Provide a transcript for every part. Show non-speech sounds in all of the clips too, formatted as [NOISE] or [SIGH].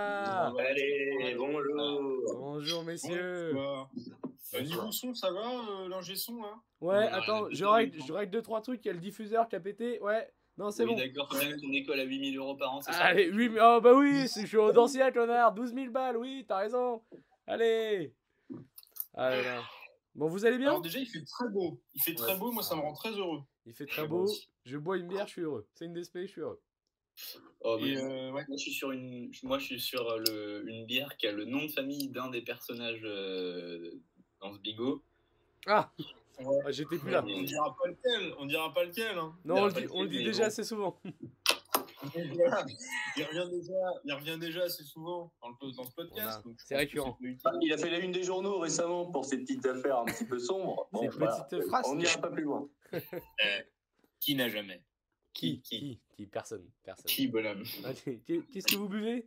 Ah, Allez, bonjour. Bonjour messieurs. Bah, euh, niveau son, ça va, euh, l'ingé son, là Ouais, attends, je règle, je règle deux trois trucs. Il y a le diffuseur qui a pété. Ouais, non c'est oui, bon. d'accord, quand même ton école à 8000 euros par an, c'est ça Allez, oui, mais oh bah oui, c'est- je suis au Dancia, connard. 12 000 balles, oui, t'as raison. Allez. Ah là là. Bon, vous allez bien Alors déjà, il fait très beau. Il fait très Ouais, beau, moi, ça ça me va. rend très heureux. Il fait très Moi beau. aussi. Je bois une bière, je suis heureux. C'est une DSP, je suis heureux. Oh, mais Et, euh, ouais. Moi, je suis sur, une, moi, je suis sur euh, le, une bière qui a le nom de famille d'un des personnages euh, dans ce bigot. Ah, Ouais. Ah, j'étais plus là. Ouais, On dira pas lequel, on dira pas lequel. Hein. Non, Il a on le pas dit, de on le film, dit mais déjà bon. assez souvent. Donc, voilà. [LAUGHS] il, revient déjà, il revient déjà assez souvent dans le, dans le podcast. Voilà. donc je C'est pense récurrent. que c'est utile. Ah, Il a fait la une des journaux récemment pour ses petites affaires un petit peu [LAUGHS] sombres. Bon, Ces voilà. petites phrases. On n'ira pas plus loin. Qui n'a jamais Qui Qui Qui Qui Personne. Personne. [LAUGHS] Qui, bonhomme Ah, qui- qui- Qu'est-ce que vous buvez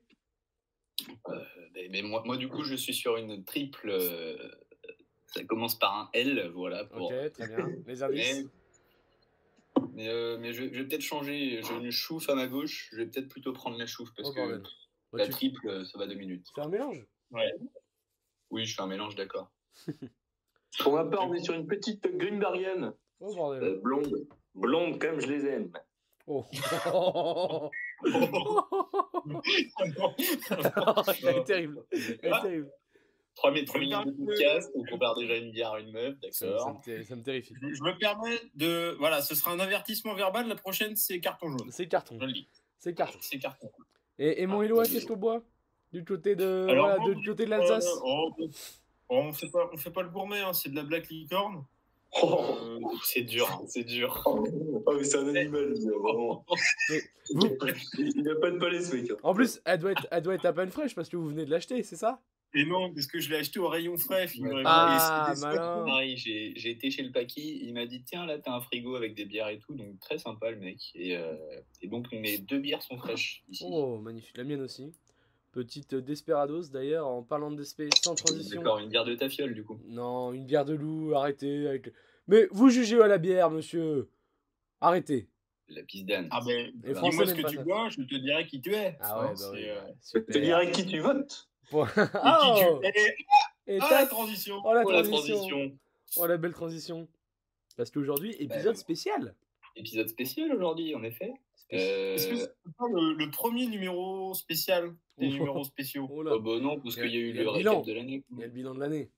Euh, mais, mais moi, moi, du coup, je suis sur une triple. euh, ça commence par un L, voilà. Pour, Ok, très bien. Les mais indices. mais, euh, mais je, je vais peut-être changer. J'ai une chouffe à ma gauche. Je vais peut-être plutôt prendre la chouffe parce Oh, que bordel. Bah, la tu- triple, euh, ça va deux minutes. C'est un mélange. Oui, je fais un mélange, d'accord. Pour ma part, on est sur une petite Greenbergienne. Oh bordel. Euh, blonde. Blonde comme je les aime. Oh. Elle est terrible. Elle est terrible. 3 minutes, trois Je vais minutes faire de une- podcast, on compare déjà une bière à une meuf, Ça, ça d'accord. me ter- ça me terrifie. Je je me permets de... Voilà, ce sera un avertissement verbal. La prochaine, c'est carton jaune. C'est carton. Je le dis. C'est carton. C'est carton. Et, et mon Eloi, qu'est-ce qu'on boit Du côté de Alors, voilà, moi, de- moi, du côté de Euh, l'Alsace oh, bon. Oh, on fait pas, on fait pas le gourmet, hein, c'est de la black licorne. [LAUGHS] Oh, Euh, C'est dur, hein, c'est dur. oh, mais c'est un animal, lui, hein, [LAUGHS] vraiment. Vous- Il n'a pas de palais, ce mec. hein. En plus, elle doit être, elle doit être à peine fraîche parce que vous venez de l'acheter, c'est ça et non, parce que je l'ai acheté au rayon frais. figurez-vous. Ah, Et c'est des- malin. [LAUGHS] Pareil, j'ai j'ai été chez le Paki, il m'a dit Tiens, là, t'as un frigo avec des bières et tout, donc très sympa le mec. Et, euh, et donc, mes deux bières sont fraîches ici. Oh, magnifique. La mienne aussi. Petite euh, Desperados d'ailleurs, en parlant de Despé, sans transition. D'accord, une bière de tafiole du coup. Non, une bière de loup, arrêtez. Avec... Mais vous jugez à la bière, monsieur. Arrêtez. La pisse d'âne. Ah ben, Les Français dis-moi ce n'aiment que pas tu ça. bois, je te dirai qui tu es. Ah ouais, Hein, bah c'est, oui. euh, ouais, Je te super. dirais qui tu votes. Pour- et qui tu Oh, es. et Ah, la tac. transition Oh, la Oh, la transition. transition. Oh la belle transition. Parce qu'aujourd'hui, épisode spécial. Épisode spécial aujourd'hui, en effet. Euh, Est-ce que c'est pas le, le premier numéro spécial des Oh. numéros spéciaux Oh là. oh, bah non, parce Il y a- qu'il y a eu il y a le le bilan. récap de l'année. Il y a le bilan de l'année.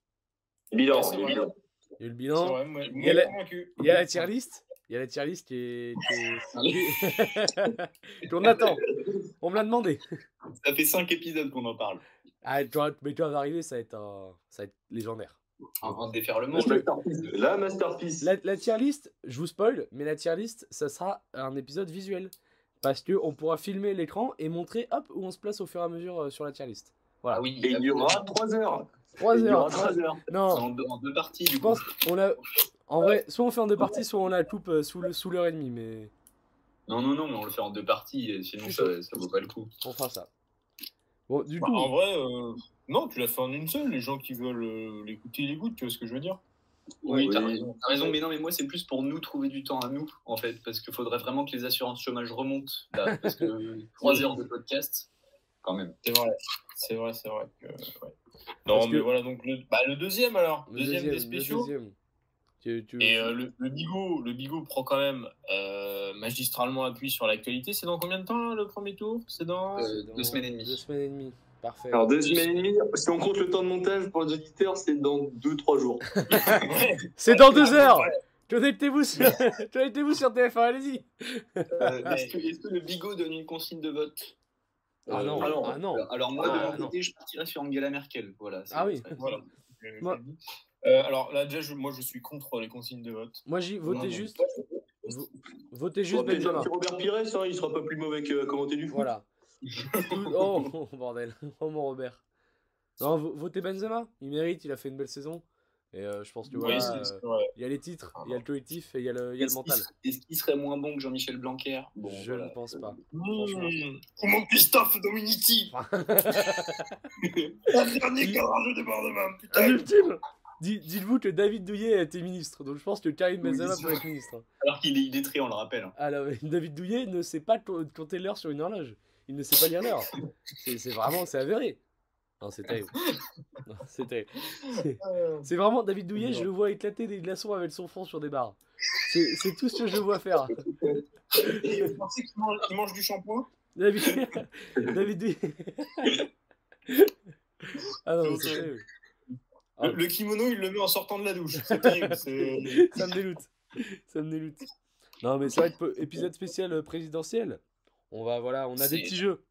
Bilan, c'est le vrai. bilan. Il y a le C'est bilan. vrai, moi, Il y a moi, la- convaincu. Il y a la tier list. Il y a la tier list qui est. [LAUGHS] qui- qu'on attend. On me l'a demandé. Ça fait 5 épisodes qu'on en parle. Ah, tu vois, mais tu vas arriver, ça va être, un- ça va être légendaire. Un, un déferlement. La masterpiece. La masterpiece. La, la tier list, je vous spoil, mais la tier list, ça sera un épisode visuel. Parce que on pourra filmer l'écran et montrer hop où on se place au fur et à mesure euh, sur la tier list. Ah oui, Et il y aura 3 heures. 3 Il y aura heures. 3 heures. C'est Non, en deux, en deux parties, du je coup. pense on la. En vrai, soit on fait en deux parties, soit on la coupe euh, sous le sous l'heure et demie, mais Non, non, non, mais on le fait en deux parties, et sinon Je suis ça, ça vaut pas le coup. on fera ça. Bon, du Bah, coup, en vrai, euh, non, tu l'as fait en une seule. Les gens qui veulent euh, l'écouter, l'écoutent, tu vois ce que je veux dire Oui, t'as Oui. raison, t'as raison, mais non, mais moi c'est plus pour nous trouver du temps à nous, en fait, parce qu'il faudrait vraiment que les assurances chômage remontent, là, parce que 3 heures de podcast, quand même. C'est vrai, c'est vrai, c'est vrai. que, ouais. Non, Parce mais que- voilà, donc le, bah, le deuxième alors, le deuxième, deuxième, des le spéciaux. deuxième. Tu, tu- Et euh, le, le bigot, le bigot prend quand même euh, magistralement appui sur l'actualité. C'est dans combien de temps là, le premier tour C'est dans Euh, dans deux semaines et demie. Deux semaines et demie, parfait. Alors, deux semaines et demie, si on compte le temps de montage pour les auditeurs, c'est dans 2-3 jours. C'est dans deux heures. Connectez-vous sur, [LAUGHS] connectez-vous sur TF1, allez-y. euh, Euh, Est-ce que, est-ce que le bigot donne une consigne de vote Ah non, Euh, alors- ah non. Alors, moi, Ah, de mon côté, je partirais sur Angela Merkel, voilà. c'est- Ah oui. c'est- Voilà. Je- je Moi- le dis. Euh, alors là, déjà, je- moi, je suis contre les consignes de vote. Moi, j'ai voté Non, juste, non. vo- votez Bon, juste peut-être un Benjamin. petit Robert Pires, hein, il sera pas plus mauvais que commenter du foot. Voilà. Tout- Oh, oh, [LAUGHS] bordel. Oh mon Robert. Non, vo- votez Benzema. Il mérite, il a fait une belle saison. Et euh, je pense que voilà, Oui, c'est- euh, c'est vrai. il y a les titres, il y a le collectif et il y a le, il y a le Est-ce mental. qu'il- Est-ce qu'il serait moins bon que Jean-Michel Blanquer Bon, je voilà. ne pense pas. Mmh, Comment Christophe [LAUGHS] Dominici Le dernier garage de débordement, Un putain ultime Dis- Dites-vous que David Douillet était ministre, donc je pense que Karim Oui, Benzema c'est peut être ministre. [LAUGHS] Alors qu'il est illettré, on le rappelle. hein. Alors, David Douillet ne sait pas co- compter l'heure sur une horloge. Il ne sait pas lire l'heure. C'est c'est vraiment, c'est avéré. Non, c'est terrible. Non, c'est terrible. C'est vraiment David Douillet, je le vois éclater des glaçons avec son front sur des barres. C'est c'est tout ce que je le vois faire. Et vous pensez qu'il mange, qu'il mange du shampoing David, [LAUGHS] David Douillet. [LAUGHS] ah non, mais c'est terrible. le, le kimono, il le met en sortant de la douche. C'est terrible. c'est- [LAUGHS] ça me déloute. Ça me déloute. Non, mais ça va être peu- épisode spécial euh, présidentiel. On va, voilà, on a des C'est- petits jeux.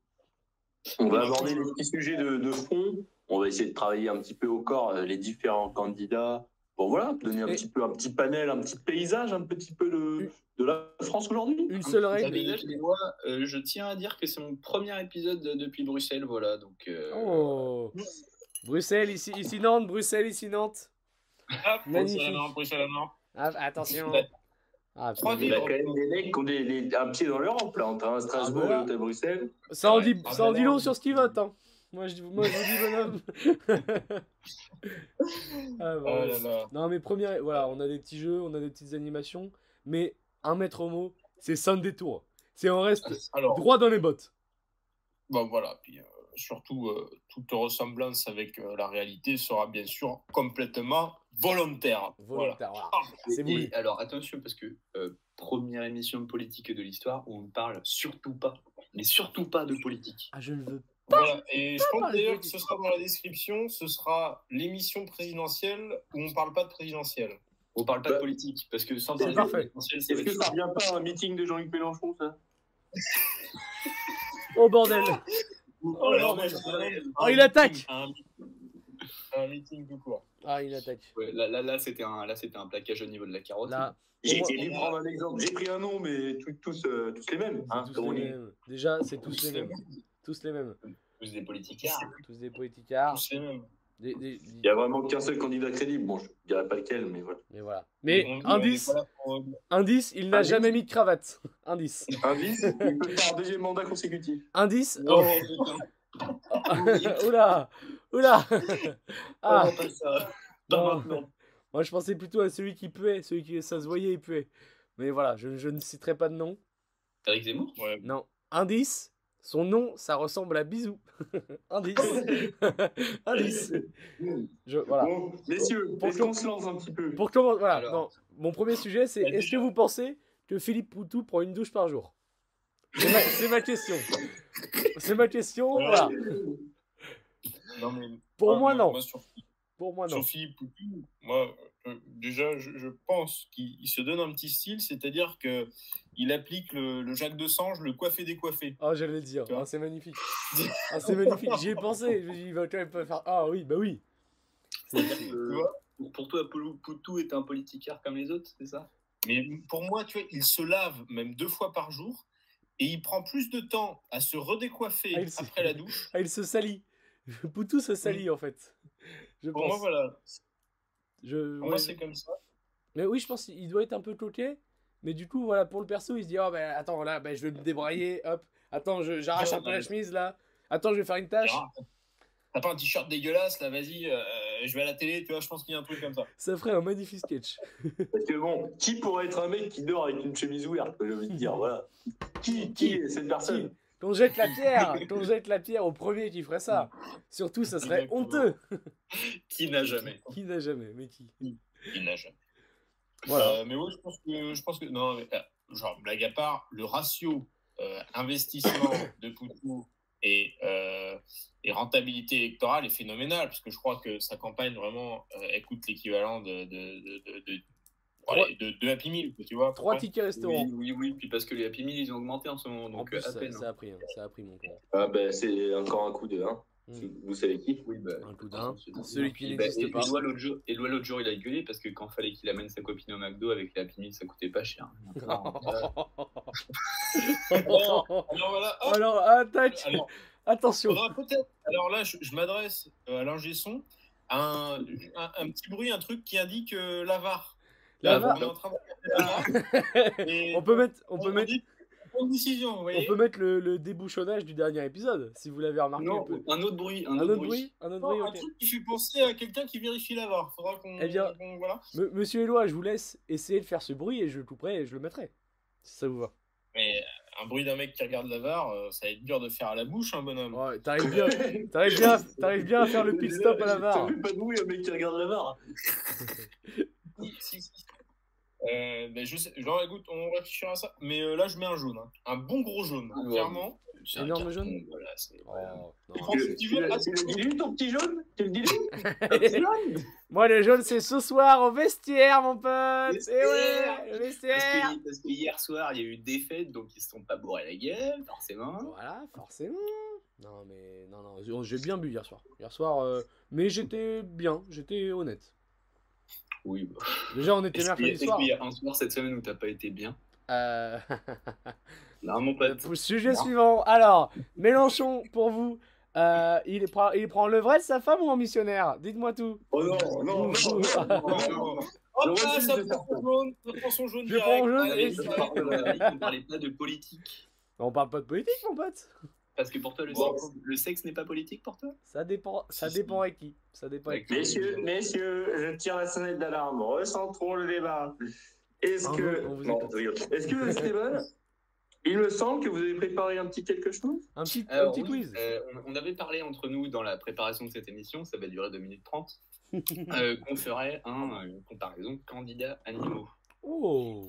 On va aborder les petits sujets de, de fond. On va essayer de travailler un petit peu au corps euh, les différents candidats. Bon voilà, donner un Et- petit peu un petit panel, un petit paysage, un petit peu de, de la France aujourd'hui. Une seule Vous règle. avez déjà les doigts, euh, je tiens à dire que c'est mon premier épisode de- depuis Bruxelles, voilà. Donc, euh, Oh. Bruxelles, ici, ici Nantes, Bruxelles, ici Nantes. Hop, Magnifique. Bruxelles à Nantes, Bruxelles à Nantes. Ah, attention. Ah, Trois putain. Il y a quand même des mecs qui ont des, des- un pied dans l'Europe, là, entre un Strasbourg Ah, voilà. et l'autre à Bruxelles. ça en Ouais, dit, trois ça en dit bonhommes. long sur ce qu'ils votent. hein. Moi, je, moi, je vous dis bonhomme. Ah, Oh bref. [LAUGHS] là là. Non, mais première, voilà, on a des petits jeux, on a des petites animations, mais un maître au mot, c'est sans détour. C'est on reste Alors, droit dans les bottes. Bah voilà, puis euh, surtout, euh, toute ressemblance avec euh, la réalité sera bien sûr complètement volontaire. Voilà. Volontaire. voilà. Ah, C'est et- voulu. et alors attention parce que euh, première émission de politique de l'histoire où on ne parle surtout pas, mais surtout pas de politique. Ah, je ne veux voilà. Et je pense parler d'ailleurs que politique. ce sera dans la description, ce sera l'émission présidentielle où on parle pas de présidentielle. On parle pas de Bah, politique parce que sans c'est parler de parfait. présidentielle, ça va Est-ce être que ça chaud. revient pas à un meeting de Jean-Luc Mélenchon, ça Oh bordel Oh là, moi, je dirais un Oh, il meeting, attaque Un, un meeting tout court. Ah, il attaque. Ouais, là, là, là, c'était un, là, c'était un plaquage au niveau de la carotte. Là, J'ai Pour été moi- libre prendre un exemple. J'ai pris un nom, mais tous, tous, euh, tous les mêmes. Ah, hein, c'est comme tous on les dit. mêmes. Déjà, c'est tous Tous les les mêmes. Tous les mêmes. Plus des politiciens. Tous des politicards. Tous les mêmes. Des, des- Il n'y a vraiment qu'un seul candidat crédible. Bon, je ne dirais pas lequel, mais [LAUGHS] voilà. Mais voilà. Mais On- on est indice, pas là pour, euh, indice, il n'a Indice. jamais mis de cravate. [LAUGHS] Indice. Indice, il peut faire un deuxième mandat consécutif. Indice. Oh, Oh. putain. [LAUGHS] Oula Oula Ah Oh, pas ça. Pas non. maintenant. Moi, je pensais plutôt à celui qui puait, celui qui ça se voyait, il puait. Mais voilà, je, je ne citerai pas de nom. Eric Zemmour Ouais. Non. Indice, son nom, ça ressemble à bisou. [LAUGHS] Indice. Indice. Je, voilà. Bon, messieurs, Pour est-ce que- qu'on se lance un petit peu Pour commencer, voilà. Alors. non. Mon premier sujet, c'est Bah, est-ce que vous pensez que Philippe Poutou prend une douche par jour C'est ma, c'est ma question. C'est ma question. Ouais. Voilà. Non, mais- Pour ah, moi, non. sur- Pour moi, non. Sur Philippe Poutou, moi, euh, déjà, je, je pense qu'il il se donne un petit style, c'est-à-dire que il applique le, le Jacques Desange, le coiffé décoiffé. Oh, j'allais le dire. Tu vois Ah, c'est magnifique. Ah, c'est magnifique. J'y ai pensé. Je me dis, il va quand même pas faire. Ah oui, bah oui. C'est-à-dire que, Tu vois pour- Pour toi, Poulou- Poutou est un politicard comme les autres, c'est ça Mais pour moi, tu vois, il se lave même deux fois par jour et il prend plus de temps à se redécoiffer Ah, il se- [LAUGHS] après la douche. Ah, il se salit. [LAUGHS] Poutou se salit, en fait. Je Pour pense. moi, voilà. Je- Pour ouais, moi, je- c'est comme ça. Mais oui, je pense qu'il doit être un peu coquet. Mais du coup, voilà, pour le perso, il se dit Oh, ben attends, là, ben, je vais me débrailler, hop. Attends, je- j'arrache Ouais, un peu non, la mais- chemise, là. Attends, je vais faire une tâche. Ah, T'as pas un t-shirt dégueulasse, là, vas-y, euh, je vais à la télé, tu vois, je pense qu'il y a un truc comme ça. Ça ferait un magnifique sketch. Parce que bon, qui pourrait être un mec qui dort avec une chemise ouverte J'ai envie de dire, voilà. Qui, qui est cette personne Qu'on jette la pierre Qu'on jette la pierre au premier qui ferait ça. Surtout, ça serait Exactement. honteux. Qui n'a jamais Qui n'a jamais, mais qui Il nage. Voilà. Euh, mais oui, je pense que, je pense que non, mais, euh, genre blague à part, le ratio euh, investissement [COUGHS] de Poutou et, euh, et rentabilité électorale est phénoménal, parce que je crois que sa campagne vraiment euh, elle coûte l'équivalent de, de, de, de, de- Trois- ouais, de- de Happy Meal, tu vois. à peu Trois près. tickets restaurants. Oui, oui, oui, puis parce que les Happy Meal, ils ont augmenté en ce moment, en donc plus, euh, à ça, peine. ça a pris, hein, ça a pris mon cœur. Ah ben, c'est encore un coup de hein. Mm. Vous savez qui Oui, bah, Un coup d'un, c'est bien. celui qui Et bah, n'existe et- pas. Eloi, l'autre jour- Eloi, l'autre jour, il a gueulé parce que quand fallait qu'il amène sa copine au McDo avec les Happy Meal, ça coûtait pas [LAUGHS] cher. Oh. Alors voilà, [LAUGHS] hop, Alors, attaque oh, alors, Oh, Attention faudra peut-être. Alors là, je, je m'adresse euh, à l'ingé son, un, un, un petit bruit, un truc qui indique euh, l'avare. La Là, VAR. on est en train de faire l'avare. [LAUGHS] Et- On peut mettre, on peut on mettre, dit- bonne décision, vous on voyez. peut mettre le, le débouchonnage du dernier épisode, si vous l'avez remarqué. Non, on peut- un autre bruit, Un un, autre bruit Un autre Non, bruit, Oh, un ok. truc qui fait penser à quelqu'un qui vérifie la barre. Faudra qu'on. Eh bien. qu'on- voilà. Me- Monsieur Eloi, je vous laisse essayer de faire ce bruit et je le couperai et je le mettrai. Si ça vous va. Mais euh, un bruit d'un mec qui regarde la VAR, euh, ça va être dur de faire à la bouche, un bonhomme. Ouais, t'arrives bien, t'arrives bien, t'arrives bien à faire le pit stop à la T'as barre. vu pas de mouille, un mec qui regarde la barre Si, si, si. Euh, ben, je sais, genre, écoute, on réfléchira à ça. Mais euh, là, je mets un jaune. hein. Un bon gros jaune. hein, Ouais. Clairement. C'est un Énorme carton, jaune. voilà, c'est- voilà. Oh, Tu non. prends ce Tu petit tu jaune, là, le c'est- dilues, ton petit jaune Tu le dilues Ton petit jaune [LAUGHS] Moi, le jaune, c'est ce soir au vestiaire, mon pote. Eh ouais, le Parce vestiaire. que, parce que hier soir, il y a eu des fêtes, donc ils se sont pas bourrés la gueule, forcément. Voilà, forcément. Non, mais non, non, oh, j'ai- j'ai bien bu hier soir. Hier soir, euh, mais j'étais bien, j'étais honnête. Oui, bah. Déjà, on était Est-ce qu'il y a- mercredi est-ce soir. qu'il y a un soir cette semaine où t'as pas été bien Euh, [LAUGHS] Non, mon pote. pour le sujet suivant. Alors, Mélenchon, pour vous, euh, il, prend, il prend l'œuvresse, sa femme ou en missionnaire Dites-moi tout. Oh non, non, [LAUGHS] non, non, non, non. Hop Je là, refuse ça de prend faire son jaune. Ça prend son jaune Je direct. prends le jaune Allez, et On ça ça- va. parlait- on parlait pas de politique. On parle pas de politique, mon pote. Parce que pour toi, le, Bon. sexe, le sexe n'est pas politique pour toi Ça dépend, ça Si, si. dépend à qui. Ça dépend à qui. Messieurs, messieurs, je tire la sonnette d'alarme. Recentrons le débat. Est-ce Pardon, que. on vous Non, écoute. je rigole. Est-ce que, Esteban, il me semble que vous avez préparé un petit quelque chose Un petit, un Alors, petit oui, quiz. euh, on- on avait parlé entre nous dans la préparation de cette émission, ça va durer 2 [LAUGHS] minutes 30, euh, qu'on ferait un, euh, une comparaison candidat-animaux. Oh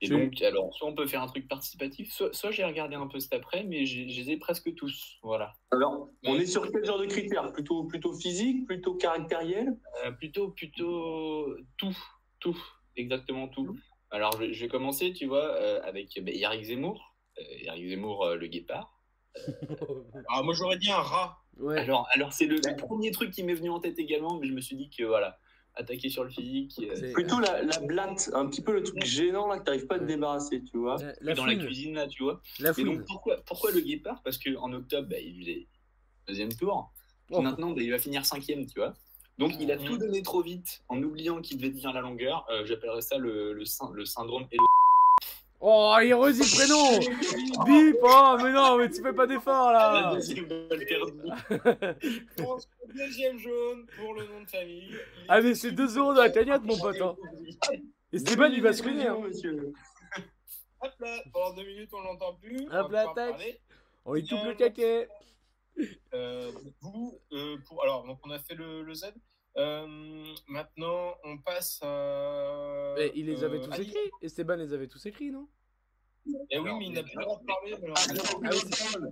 Et C'est- donc, alors, soit on peut faire un truc participatif, soit, soit j'ai regardé un peu cet après, mais j'ai- je les ai presque tous. Voilà. Alors, on Ouais. est sur quel genre de critères plutôt, plutôt physique, plutôt caractériel Euh, plutôt, plutôt tout, tout, exactement tout. Alors, je, je vais commencer, tu vois, euh, avec ben, Yannick Zemmour, euh, Yannick Zemmour, euh, le guépard. Ah, moi, j'aurais dit un [LAUGHS] rat. Ouais. Alors, alors c'est le, le premier truc qui m'est venu en tête également, mais je me suis dit que voilà, attaquer sur le physique, euh, C'est- Plutôt la, la blatte, un petit peu le truc gênant là que t'arrives pas à te Ouais. débarrasser, tu vois. La, la dans la fouine, cuisine là, tu vois. la Et fouine. donc pourquoi, pourquoi le guépard Parce que en octobre, bah, il est deuxième tour. Puis Oh. Maintenant, bah, il va finir cinquième, tu vois. Donc il a Mm. tout donné trop vite en oubliant qu'il devait tenir la longueur. Euh, J'appellerais ça le, le, syn- le syndrome Elo. Oh, il redit le prénom Bip Oh, mais non, mais tu fais pas d'effort là Prends son deuxième jaune pour le nom de famille. Il est- Ah, mais c'est 2 euros dans la cagnotte, mon pote hein. Esteban, il va se ruiner hein. monsieur. Hop là, pendant deux minutes, on l'entend plus. Hop là, On va tac. parler. On lui toupe Oh, le caquet Euh, vous, euh, pour, alors, donc on a fait le, le Z. Euh, maintenant, on passe à. Mais Eh, il les euh, avait tous ah, écrits Esteban les avait tous écrits, non Eh oui, mais il n'a pas le droit de parler. malheureusement. Ah oui,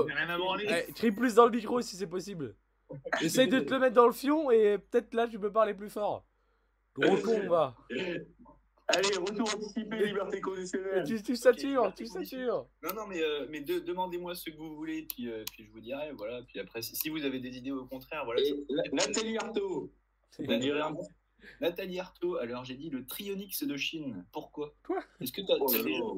Oh rien à branler. eh, Crie plus dans le micro si c'est possible Essaye de te le mettre dans le fion et peut-être là tu peux parler plus fort Euh, Gros con, va Allez, retour anticipé, liberté conditionnelle. tu, tu bah, satures, tu satures Non, non, mais, euh, mais de- demandez-moi ce que vous voulez, puis, euh, puis je vous dirai. Voilà. Puis après, si, si vous avez des idées au contraire, voilà. Et la- Nathalie Arthaud, on dirait un Nathalie Arthaud, alors j'ai dit le Trionix de Chine. Pourquoi Quoi Est-ce que t'as Oh t'as là déjà- là.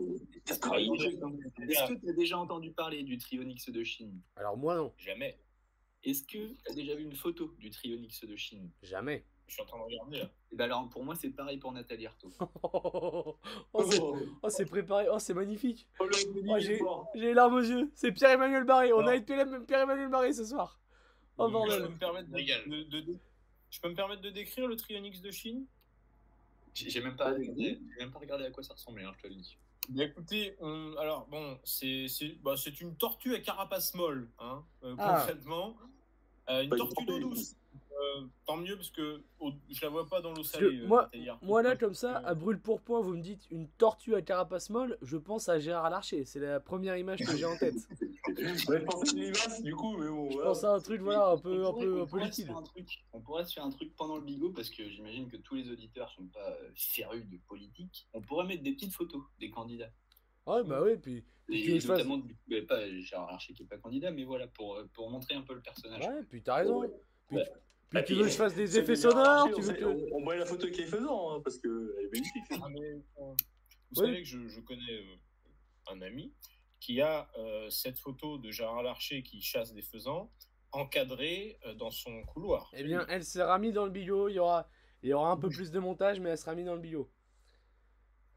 est-ce que t'as déjà- est-ce que t'as déjà entendu parler du Trionix de Chine Alors moi non, Jamais. Est-ce que tu as déjà vu une photo du Trionix de Chine jamais Je suis en train de regarder. là. Et ben alors pour moi c'est pareil pour Nathalie Arthaud. Oh, c'est- Oh, oh, c'est préparé, oh c'est magnifique oh, le menu Moi, est fort. J'ai les larmes aux yeux. C'est Pierre-Emmanuel Barré. On Non. a été Pierre- Pierre-Emmanuel Barré ce soir. Oh Je peux bordel. me permettre de, Régale. de- de- de- je peux me permettre de décrire le Trionix de Chine J'ai j'ai même pas regardé, j'ai même pas regardé à quoi ça ressemblait, hein, je te le dis. Bah, Écoutez, on- alors bon, c'est c'est- bah, c'est une tortue à carapace molle, hein, euh, Ah. concrètement. Euh, une Pas une tortue d'eau tortue. douce. Euh, tant mieux parce que oh, je la vois pas dans l'eau Parce salée. que euh, moi- Nathalie Arthaud. Moi là, comme ça, à brûle pour point, vous me dites une tortue à carapace molle. Je pense à Gérard Larcher. C'est la première image que j'ai en tête. Ouais, je pensais que Livas, du coup, mais bon, Je voilà. pense à un truc, voilà, un peu, On un pourrait- peu, on un peu pourrait se liquide. faire un truc- On pourrait se faire un truc pendant le bigot parce que j'imagine que tous les auditeurs sont pas euh, férus de politique. On pourrait mettre des petites photos des candidats. Ouais, bah ouais. Puis, Et, tu veux que je fasse- notamment du bah, pas Gérard Larcher qui est pas candidat, mais voilà, pour, euh, pour montrer un peu le personnage. ouais, puis t'as raison. Ouais. Puis, Ouais. tu- puis Et tu puis, veux que je fasse des effets Nathalie sonores Arthaud, Tu on veux sait- que. on, on voit la photo qui est faisant, hein, parce qu'elle est magnifique. Ah, mais, euh, vous Oui. savez que je, je connais euh, un ami qui a euh, cette photo de Gérard Larcher qui chasse des faisans encadrée euh, dans son couloir. Eh bien, elle sera mise dans le bio. Il y aura, il y aura un peu plus de montage, mais elle sera mise dans le bio.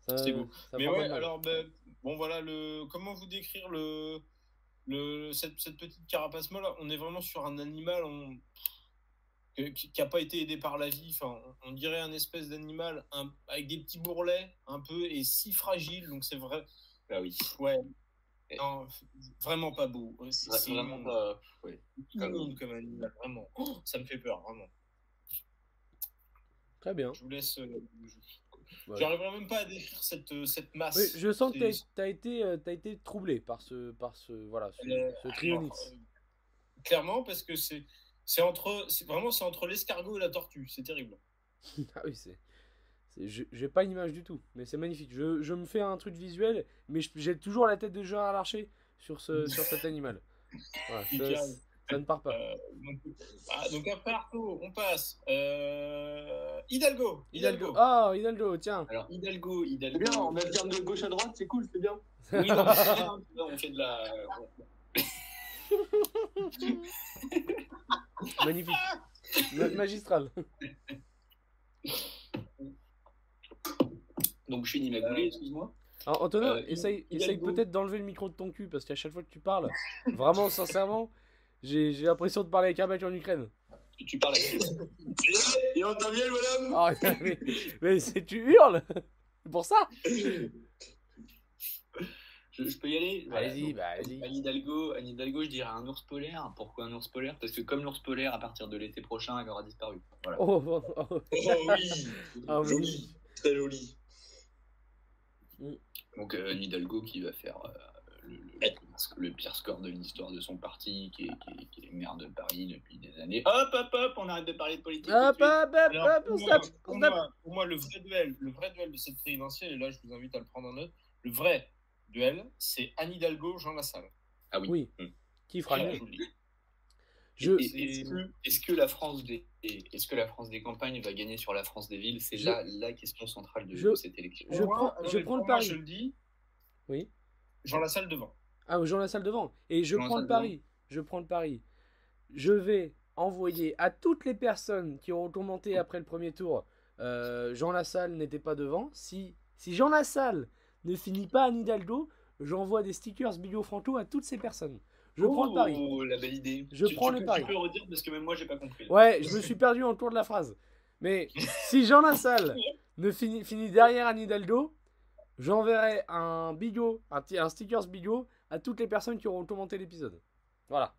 Ça- C'est beau. ça mais fera pas ouais, de mal. alors ben, bon voilà le comment vous décrire le le cette, cette petite carapace molle on est vraiment sur un animal on- que- qui n'a pas été aidé par la vie. Enfin, on on dirait un espèce d'animal un- avec des petits bourrelets un peu et si fragile. Donc c'est vrai, Ah oui. Ouais. Non, vraiment pas beau. C'est c'est vraiment immonde. pas. euh, ouais. Immonde comme animal, vraiment. Oh, ça me fait peur, vraiment. Très bien. Je vous laisse. euh, je- Ouais. J'arriverai même pas à décrire cette, euh, cette masse. Oui, je sens que C'est- t'as- t'as été, euh, t'as été troublé par ce, par ce, voilà, ce, Euh, ce Alors, Trionix. euh, clairement, parce que c'est c'est entre c'est vraiment c'est entre l'escargot et la tortue, c'est terrible. [LAUGHS] Ah oui, c'est. c'est- je- J'ai pas une image du tout, mais c'est magnifique. Je, je me fais un truc visuel, mais je- j'ai toujours la tête de Gérard Larcher sur, [LAUGHS] ce, sur cet animal. Voilà, ça, Nickel. ça ne part pas. Euh, donc, ah, donc après Arto, on passe. Euh, Hidalgo, Hidalgo. Hidalgo. Ah, Hidalgo, tiens. Alors, Hidalgo, Hidalgo. [LAUGHS] C'est bien, Eh on alterne de gauche à droite, c'est cool, c'est bien. Oui, non, mais c'est bien, tu vois, [LAUGHS] on fait de la. Magnifique. Ma- magistral. Donc, je suis ni magoulé, excuse-moi. Alors, Antonin, Euh, essaye, Hidalgo. essaye peut-être d'enlever le micro de ton cul, parce qu'à chaque fois que tu parles, vraiment, sincèrement, j'ai j'ai l'impression de parler avec un mec en Ukraine. Tu- Tu parles avec. Et en miel, madame Ah, [LAUGHS] mais, mais c'est- tu hurles [LAUGHS] C'est pour ça Je, je peux y aller Allez-y, donc, bah, allez-y. Anne Hidalgo, Anne Hidalgo, je dirais un ours polaire. Pourquoi un ours polaire Parce que comme l'ours polaire, à partir de l'été prochain, elle aura disparu. Voilà. Oh, oh, oh. Oh oui Ah, oui. Joli, très joli. Donc euh, Anne Hidalgo qui va faire euh, le, le- le pire score de l'histoire de son parti, qui est, qui est- qui est maire de Paris depuis des années. Hop, hop, hop, on arrête de parler de politique. Hop, tout de hop, hop, Alors, hop, on pour, moi, zappe, pour on zappe. moi- pour moi, le vrai duel, le vrai duel de cette présidentielle, et là je vous invite à le prendre en note, le vrai duel, c'est Anne Hidalgo, Jean Lassalle. suite. Ah oui. Oui. Mm. Qui fera Voilà, mieux je vous le dis. Je. Et- et Est-ce que, est-ce que la France des est-ce que la France des campagnes va gagner sur la France des villes C'est Je- là la question centrale de, je- de cette élection. Je Pour moi, prends- alors, je mais prends le pour moi, pari. Je le dis, Oui. Jean Lassalle devant. Ah, Jean Lassalle devant. Et je Jean prends le Lassalle pari. Je prends le pari. Je vais envoyer à toutes les personnes qui auront commenté après le premier tour euh, Jean Lassalle n'était pas devant. Si, si Jean Lassalle ne finit pas à Hidalgo, j'envoie des stickers Bigot Franco à toutes ces personnes. Je prends le pari. Oh, la belle idée. Je Tu- prends tu le peux- pari. Tu peux redire parce que même moi j'ai pas compris. là. Ouais, je me suis perdu en cours de la phrase. Mais si Jean Lassalle ne finit, finit derrière Anne Hidalgo, j'enverrai un bigot, un, ti- un stickers bigot à toutes les personnes qui auront commenté l'épisode. Voilà.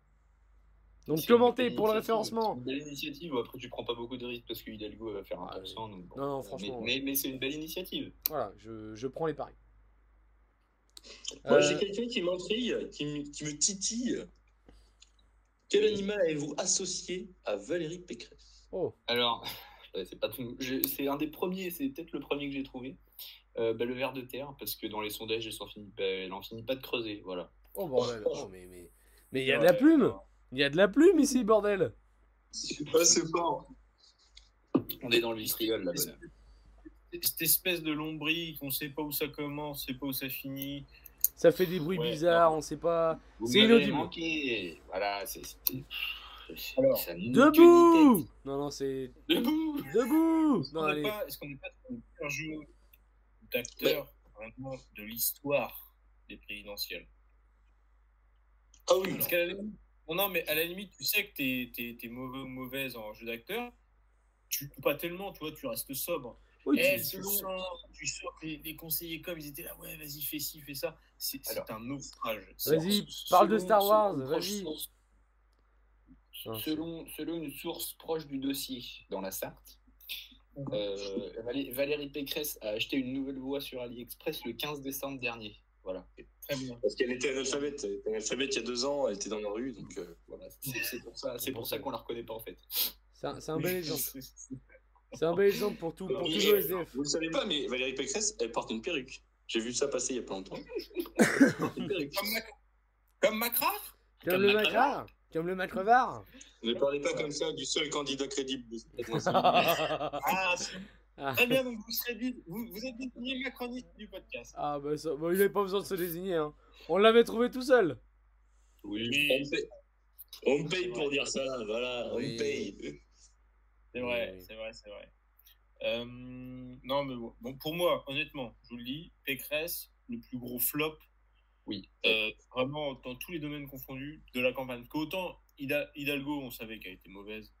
Donc C'est une commentez belle pour le initiative. référencement. C'est une belle initiative, après tu prends pas beaucoup de risques parce que Hidalgo va faire Ah, 1%. donc bon. Non, non, Mais- franchement. Mais, mais c'est une belle initiative. Voilà, je, je prends les paris. Moi, Euh, j'ai quelqu'un qui m'intrigue, qui, me- qui me titille. Quel animal avez-vous associé à Valérie Pécresse oh, Alors, [LAUGHS] euh, c'est pas tout- je- C'est un des premiers, c'est peut-être le premier que j'ai trouvé. Euh, bah, le ver de terre, parce que dans les sondages, elle s'en finit pas- elle en finit pas de creuser. Voilà. oh bordel. Oh, mais il mais, mais il y a de Ouais, la plume. Il y a de la plume ici, bordel. Ah, c'est fort On est dans le vitriol là. bonne. Cette espèce de lombrie qu'on sait pas où ça commence, on sait pas où ça finit. Ça fait des bruits Ouais, bizarres, on sait pas. Vous C'est m'avez inaudible. manqué. Voilà, c'est- c'était. Alors, ça nous que Debout Non, non, c'est. ni tête. Debout Debout Est-ce Non, qu'on n'est allez. pas, est-ce qu'on n'est pas dans le pire jeu Bah. d'acteurs vraiment de l'histoire des présidentielles Ah oui, Parce qu'à la limite- bon, non, mais à la limite, tu sais que t'es, t'es, t'es mauvais ou mauvaise en jeu d'acteur. Tu pas tellement, tu vois, tu restes sobre. Oui, tu- Eh, tu, sors, tu sors les, les conseillers comme ils étaient là, ouais, vas-y, fais ci, fais ça. C'est, c'est Alors. un naufrage. Vas-y, Selon- parle de Star selon Wars, une proche vas-y. source- Non, c'est- Selon, selon une source proche du dossier dans la Sarthe, euh, Valé- Valérie Pécresse a acheté une nouvelle voie sur AliExpress le 15 décembre dernier. Voilà. Très bien. parce qu'elle était analphabète. Elle était analphabète il y a deux ans, elle était dans la rue, donc... euh, Voilà, c'est c'est pour ça, c'est pour ça qu'on la reconnaît pas en [LAUGHS] fait. C'est un, c'est un bel exemple. C'est- c'est- C'est un bel exemple pour tout, pour tout le SDF. Vous le savez pas, mais Valérie Pécresse, elle porte une perruque. J'ai vu ça passer il y a pas longtemps. une perruque. Comme, Mac- comme Macra Comme le Macra, comme le Macrevard. Ne parlez pas comme ça du seul candidat crédible. Euh, ah Ah, c'est- très bien, donc vous, serez dit- vous, vous êtes désigné macroniste du podcast. bah ça, bah, il n'avait pas besoin de se désigner. Hein. On l'avait trouvé tout seul. Oui. On paye, on paye pour dire ça, voilà, Oui. on paye. C'est vrai, Oui. c'est vrai, c'est vrai. Euh, non, mais bon, Bon, pour moi, honnêtement, je vous le dis, Pécresse, le plus gros flop, Oui. euh, vraiment dans tous les domaines confondus de la campagne. Qu'autant Hida- Hidalgo, on savait qu'elle était mauvaise.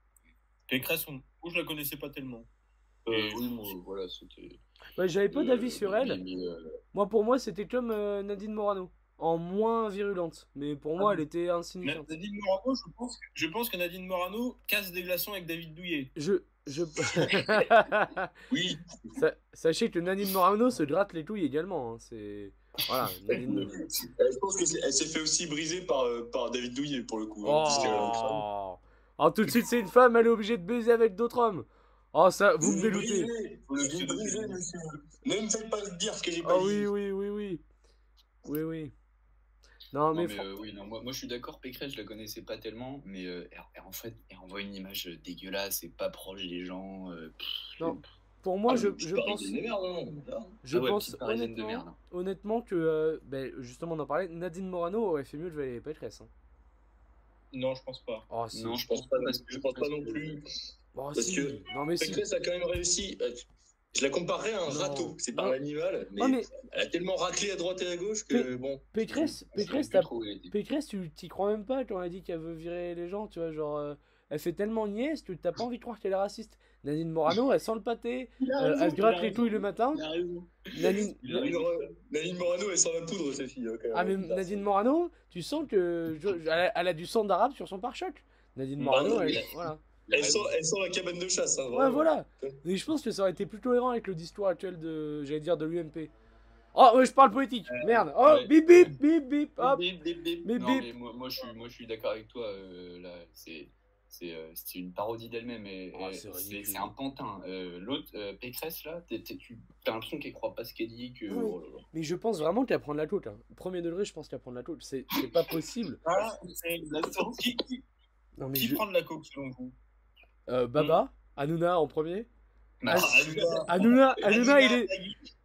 Pécresse, on- moi, je la connaissais pas tellement. Euh, Et oui, moi, voilà, c'était. Ouais, Bah, J'avais pas euh, d'avis sur elle. mais, euh, Moi, pour moi, c'était comme euh, Nadine Morano, en moins virulente. Mais pour moi, Ah. elle était insignifiante. Nadine Morano, je pense, que- je pense que Nadine Morano casse des glaçons avec David Douillet. Je. je... [LAUGHS] Oui, Sa- Sachez que Nadine Morano se gratte les couilles également. hein, C'est. Voilà, Nadine. [LAUGHS] Euh, je pense qu'elle s'est fait aussi briser par, euh, par David Douillet pour le coup. hein, parce qu'elle a un crâne. Oh. Alors, tout de suite, c'est une femme, elle est obligée de baiser avec d'autres hommes. Oh, ça, vous me le dégoûtez. brisez, vous le brisez, monsieur. Ne me faites pas dire ce que j'ai Ah pas oui, dit. oui, oui, oui. Oui, oui. Non, non, mais. mais, fran- euh, oui, non, moi, moi, je suis d'accord, Pécresse, je la connaissais pas tellement, mais euh, elle, elle, en fait, elle envoie une image dégueulasse et pas proche des gens. euh, pff, Pour moi, Ah, je, mais petite je pense. parisienne de merde, hein, voilà. Je ah ouais, pense petite parisienne de honnêtement- merde. honnêtement que, euh, ben, justement, on en parlait, Nadine Morano aurait fait mieux de Valérie Pécresse. hein. Non, je pense pas. Oh, si. Non, Je pense pas, parce que je pense pas non plus. Oh, parce si. que- Non, mais si. Pécresse a quand même réussi. euh, Je la comparerais à un Non. râteau. C'est pas Non. un animal, mais, Oh, mais elle a tellement raclé à droite et à gauche que bon. Pécresse, Je sais Pécresse, plus t'as- trop où elle était. Pécresse, tu t'y crois même pas quand elle dit qu'elle veut virer les gens, tu vois, genre. euh, Elle fait tellement niaise que t'as pas envie de croire qu'elle est raciste. Nadine Morano, elle sent le pâté, euh, elle se gratte les couilles le matin. Il a raison. Nadine, Il a Nadine, raison. Mor- Nadine Morano, elle sent la poudre, cette fille. hein, quand Ah mais même. Putain, Nadine Morano, tu sens que je- je- elle, a, elle a du sang d'arabe sur son pare-choc. Nadine Bah Morano, non, elle- mais- voilà. Il a Elle raison. sent, elle sent la cabane de chasse. Hein, Ouais, vraiment. voilà. Et je pense que ça aurait été plus cohérent avec le discours actuel de, j'allais dire, de l'UMP. Oh, ouais, je parle politique. Merde. Oh, Euh, ouais. bip bip bip bip. Hop. Bip, bip, bip. Mais Non, bip. mais moi, moi, je suis, moi, je suis d'accord avec toi. euh, là, c'est, c'est, euh, c'est une parodie d'elle-même. et- Ah, et c'est c'est, ridicule. c'est un pantin. Euh, l'autre, euh, Pécresse, là, t'es, t'es- tu as l'impression qu'elle croit pas ce qu'elle dit. Que, Oui. oh là là. Mais je pense vraiment qu'elle prend de la côte. hein. Premier degré, je pense qu'elle prend de la côte. C'est c'est pas possible. Ah, c'est la sortie. Qui, Non mais qui je- prend de la coke selon vous euh, Hmm. Baba, Hanouna en premier. Bah, Ah, Hanouna, Hanouna, il est,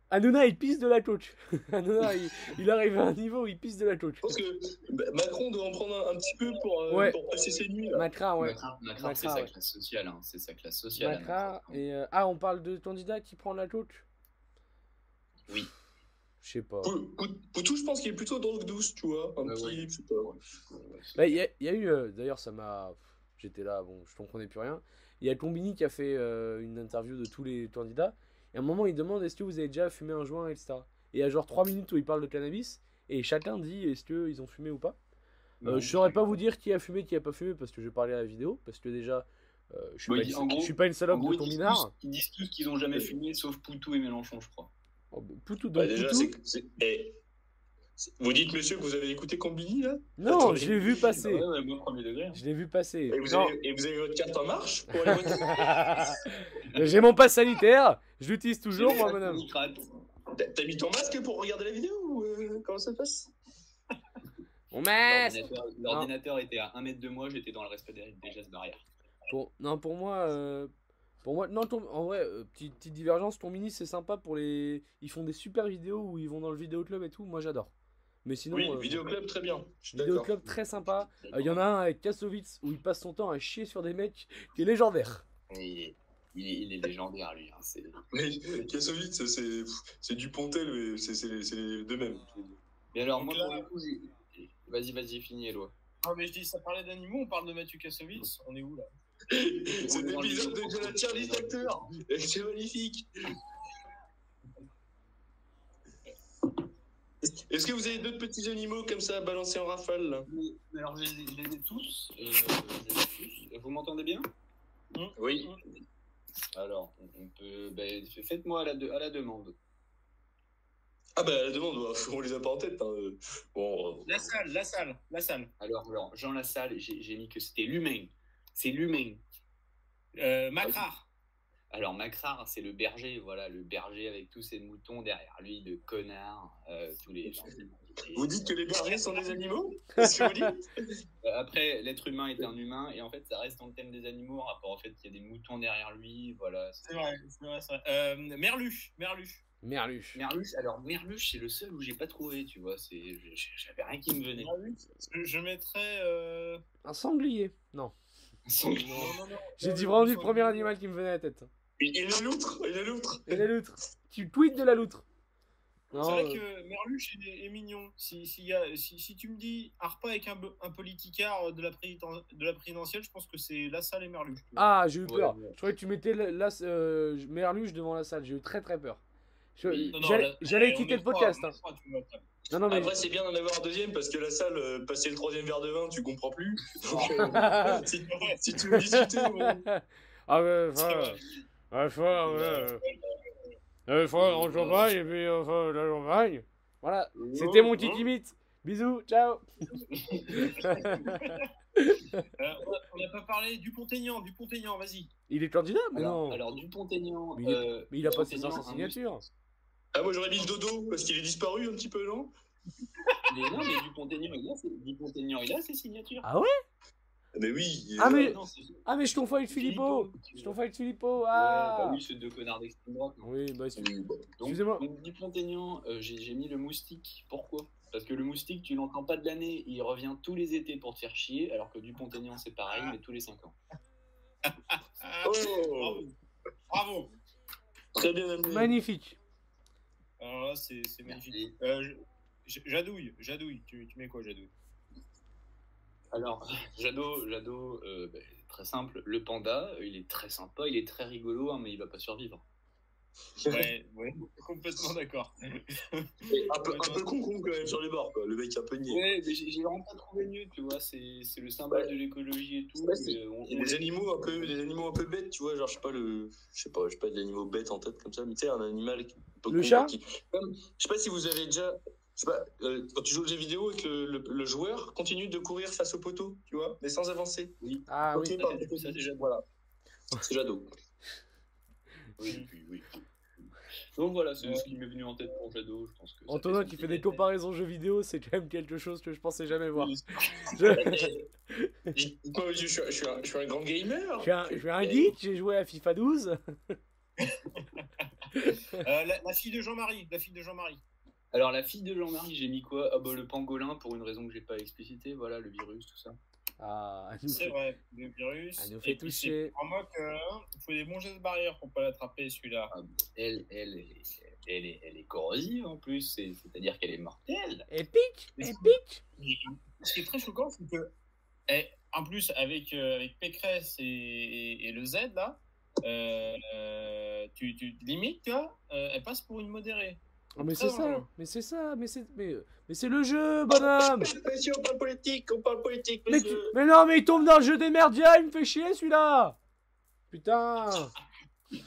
Hanouna, il pisse de la côte. [LAUGHS] Hanouna, il, il arrive à un niveau où il pisse de la côte. Je pense que bah, Macron doit en prendre un, un petit peu pour, euh, Ouais. pour passer ses nuits. là. Macra, ouais. Macron, Macron, Macron, c'est sa ouais. classe sociale. hein, c'est sa classe sociale. hein, Macra Macron. et euh, ah on parle de candidat qui prend la coach Oui. Je sais pas. Pou- Pou- Poutou, je pense qu'il est plutôt drogue douce, tu vois. Un Ouais, petit, ouais. je sais pas. Bah, Il y, a- il y a eu euh, d'ailleurs ça m'a pff, j'étais là bon je comprenais plus rien. Il y a Combini qui a fait euh, une interview de tous les candidats et à un moment il demande est-ce que vous avez déjà fumé un joint etc. Et il y a genre 3 minutes où il parle de cannabis et chacun dit est-ce qu'ils ont fumé ou pas. Euh, Non. je saurais pas vous dire qui a fumé qui a pas fumé parce que je vais parler à la vidéo parce que déjà euh, je suis Bah, pas il- une- en gros- je suis pas une En salope de gros, ils disent, tous, combinard. ils disent tous qu'ils ont jamais fumé, sauf Poutou et Mélenchon, je crois. Oh, bah, Poutou donc Bah, déjà, Poutou. c'est. c'est- eh, c'est- Vous dites, monsieur, que vous avez écouté Combini, là Non, je l'ai vu passer. Bah Ouais, ouais, moi, premier degré. hein. Je l'ai vu [LAUGHS] passer. et vous, Non. avez, et vous avez votre carte en marche pour [LAUGHS] aller voter J'ai mon pass sanitaire, je l'utilise toujours, [LAUGHS] moi, madame. Nicrate. T'as- T'as mis ton masque pour regarder la vidéo ou euh, comment ça se passe Mon masque L'ordinateur- L'ordinateur était à 1 mètre de moi, j'étais dans le respect des, des gestes barrières. Pour- Non, pour moi, euh, pour moi, non, ton- en vrai, euh, petite, petite divergence, ton mini, c'est sympa pour les. Ils font des super vidéos où ils vont dans le vidéoclub et tout, moi j'adore. Mais sinon, Oui, euh, vidéoclub, très bien. Je suis d'accord. vidéoclub très sympa. Euh, Il y en a un avec Kassovitz où il passe son temps à chier sur des mecs qui est légendaire. Et Il est, il est- il est légendaire, lui. hein, c'est- Mais Kassovitz, c'est c'est du Pontel, mais c'est c'est- c'est les deux mêmes. Mais alors, moi, Donc là- pour le coup, j'ai- vas-y, vas-y, finis, Eloi. Non, Ah, mais je dis, ça parlait d'animaux, on parle de Mathieu Kassovitz. On est où là Cet épisode de Jonathan Charlie Docteur, c'est magnifique. Est-ce que vous avez d'autres petits animaux comme ça à balancer en rafale là Mais, mais alors, je les ai- je les ai tous. euh, je les ai tous. Euh, Vous m'entendez bien Oui. Alors, on- on peut. ben, Faites-moi à, la de- à la demande. Ah bah la demande, bah, on les a pas en tête. hein. Bon, euh, La salle, la salle, la salle. Alors, alors Jean Lassalle, j'ai j'ai mis que c'était l'humain. C'est l'humain. Euh, Macrar. Alors Macrar, c'est le berger, voilà, le berger avec tous ses moutons derrière lui, de connards, euh, tous les. vous dites que les bergers sont des animaux C'est ce que vous dites Euh, Après, l'être humain est un humain et en fait, ça reste dans le thème des animaux, en rapport au fait qu'il y a des moutons derrière lui, voilà. C'est vrai, c'est vrai, c'est vrai. Euh, Merlu, Merlu. Merluche. Merluche, alors Merluche, c'est le seul où j'ai pas trouvé, tu vois, c'est, je- je- j'avais rien qui me venait. [LAUGHS] Je, je mettrais. euh, Un sanglier. Non. Son- Non, non, non. J'ai Euh, dit vraiment le du premier sanglier. animal qui me venait à la tête. Il est loutre, il est loutre. Et la loutre. Tu tweets de la loutre. C'est vrai euh, que Merluche est, est mignon. Si, si, y a- si, si tu me dis Arpa avec un, be- un politicard de la, président- de la présidentielle, je pense que c'est la salle et Merluche. tu vois. Ah, j'ai eu Ouais, peur. ouais. Je croyais que tu mettais la, la- euh, Merluche devant la salle. J'ai eu très très peur. Je- Oui. Non, non, J'allais là- j'allais on quitter est le trois, podcast. on est hein. trois, tu vois, Non, t'as- non, mais. Ah, [LAUGHS] Après, c'est bien d'en avoir un deuxième parce que la salle, euh, passer le troisième verre de vin, tu comprends plus. Donc, euh, [LAUGHS] si, si tu veux discuter, ouais. ah, ouais, C'est enfin, euh, vrai. ouais, enfin, ouais, euh, euh, enfin, en champagne, et puis, enfin, la champagne. Voilà, c'était mon petit limite. Bisous, ciao. Euh, on a- on n'a pas parlé du Pontaignan, du Pontaignan, vas-y. Il est candidat mais Alors, Ah Non. alors Dupont-Aignan. Mais il est- euh, mais il a pas ses Dupont-Aignan, sa un- signature. Ah, moi j'aurais mis le dodo parce qu'il est disparu un petit peu, non hein, Mais non, mais Dupont-Aignan, il a ses- Dupont-Aignan, il a ses signatures. Euh, Ah ouais Mais oui. il est Ah, là. mais- non, c'est- Ah, mais je t'en fais avec Philippot. Je t'en fais avec Philippot. Ah Ouais, bah oui, c'est deux connards d'extrême droite. non. Oui, bah, c'est- Oui, bah, Donc, Excusez-moi. donc Dupont-Aignan, euh, j'ai j'ai mis le moustique. Pourquoi Parce que le moustique, tu l'entends pas de l'année. Il revient tous les étés pour te faire chier, alors que Dupont-Aignan, c'est pareil, mais tous les 5 ans. Ah, Oh, bravo. Bravo. très bien amené. magnifique. Alors là, c'est c'est magnifique. Et- Euh, je- je- Jadouille, Jadouille, tu, tu mets quoi, Jadouille Alors, [LAUGHS] Jadot, Jadot euh, bah, très simple. Le panda, euh, il est très sympa, il est très rigolo, hein, mais il va pas survivre. Ouais, ouais, complètement d'accord. Un peu, un peu con, con quand même sur les bords, quoi. Le mec un peu niais. Ouais, mais j'ai j'ai vraiment pas trouvé mieux, tu vois. C'est c'est le symbole Ouais. de l'écologie et tout. Ouais, c'est- mais on- Et on- des animaux un peu, des animaux un peu bêtes, tu vois, genre je sais pas le, je sais pas, je sais pas de l'animal bête en tête comme ça, mais tu sais un animal qui, un peu Le con, chat qui- Comme- je sais pas si vous avez déjà, je sais pas, euh, quand tu joues au jeu vidéo et que le, le- le joueur continue de courir face au poteau, tu vois, mais sans avancer. Ah Ok, oui. pardon, c'est- ça, c'est Jadot. voilà. C'est Jadot. [LAUGHS] Oui, oui, oui. Euh. Donc voilà, c'est ce qui m'est venu en tête pour Jadot. Je pense que ça Antonin son qui petit fait des effet. comparaisons jeux vidéo, c'est quand même quelque chose que je pensais jamais voir. [LAUGHS] Eh, Dites-moi, monsieur, je, suis un- je suis un, je suis un grand gamer. Je suis un, je suis un geek, j'ai joué à FIFA 12. Euh, la, la fille de Jean-Marie, la fille de Jean-Marie. Alors la fille de Jean-Marie, j'ai mis quoi Ah bah le pangolin pour une raison que j'ai pas explicité, voilà, le virus, tout ça. Ah, elle nous C'est fait- vrai, le virus. elle nous fait Et puis, c'est toucher. En mode, euh, il faut des bons gestes barrières pour pas l'attraper celui-là. Elle, elle, elle, est- elle est, elle est corrosive en plus, c'est- c'est-à-dire qu'elle est mortelle. Épique Épique Ce qui est très choquant, c'est que, eh, en plus, avec, euh, avec Pécresse et, et- et le Z, là, euh, euh, tu, tu limites, tu vois, euh, elle passe pour une modérée. Ah, Mais c'est Ah, ça, ouais. mais c'est ça, mais c'est mais, euh, mais c'est le jeu, bonhomme Monsieur, on parle politique, on parle politique, mais, tu- monsieur. mais non, mais il tombe dans le jeu des merdias, il me fait chier celui-là [LAUGHS] Putain Oh,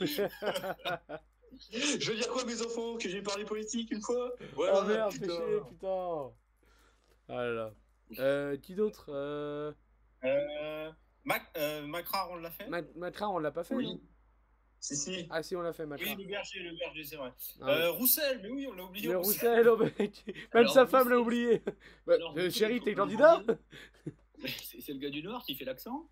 Je veux dire quoi, mes enfants, que j'ai parlé politique une fois Ouais, Ah merde, fait putain. chier, putain Ah là là. Euh, qui d'autre euh, Euh, Mac, euh, Macra, on l'a fait Ma- Matra, on l'a pas fait Oui. non Si, si. Ah si, on l'a fait, Oui, Matra. le berger, le berger, c'est vrai. Ah, ouais. Euh, Roussel, mais oui, on l'a oublié. Mais Roussel. Roussel, oh, mec, même Alors, sa femme Roussel- l'a oublié. Bah, Alors, euh, Roussel, chérie, faut t'es pas candidat [LAUGHS] C'est c'est le gars du Nord qui fait l'accent.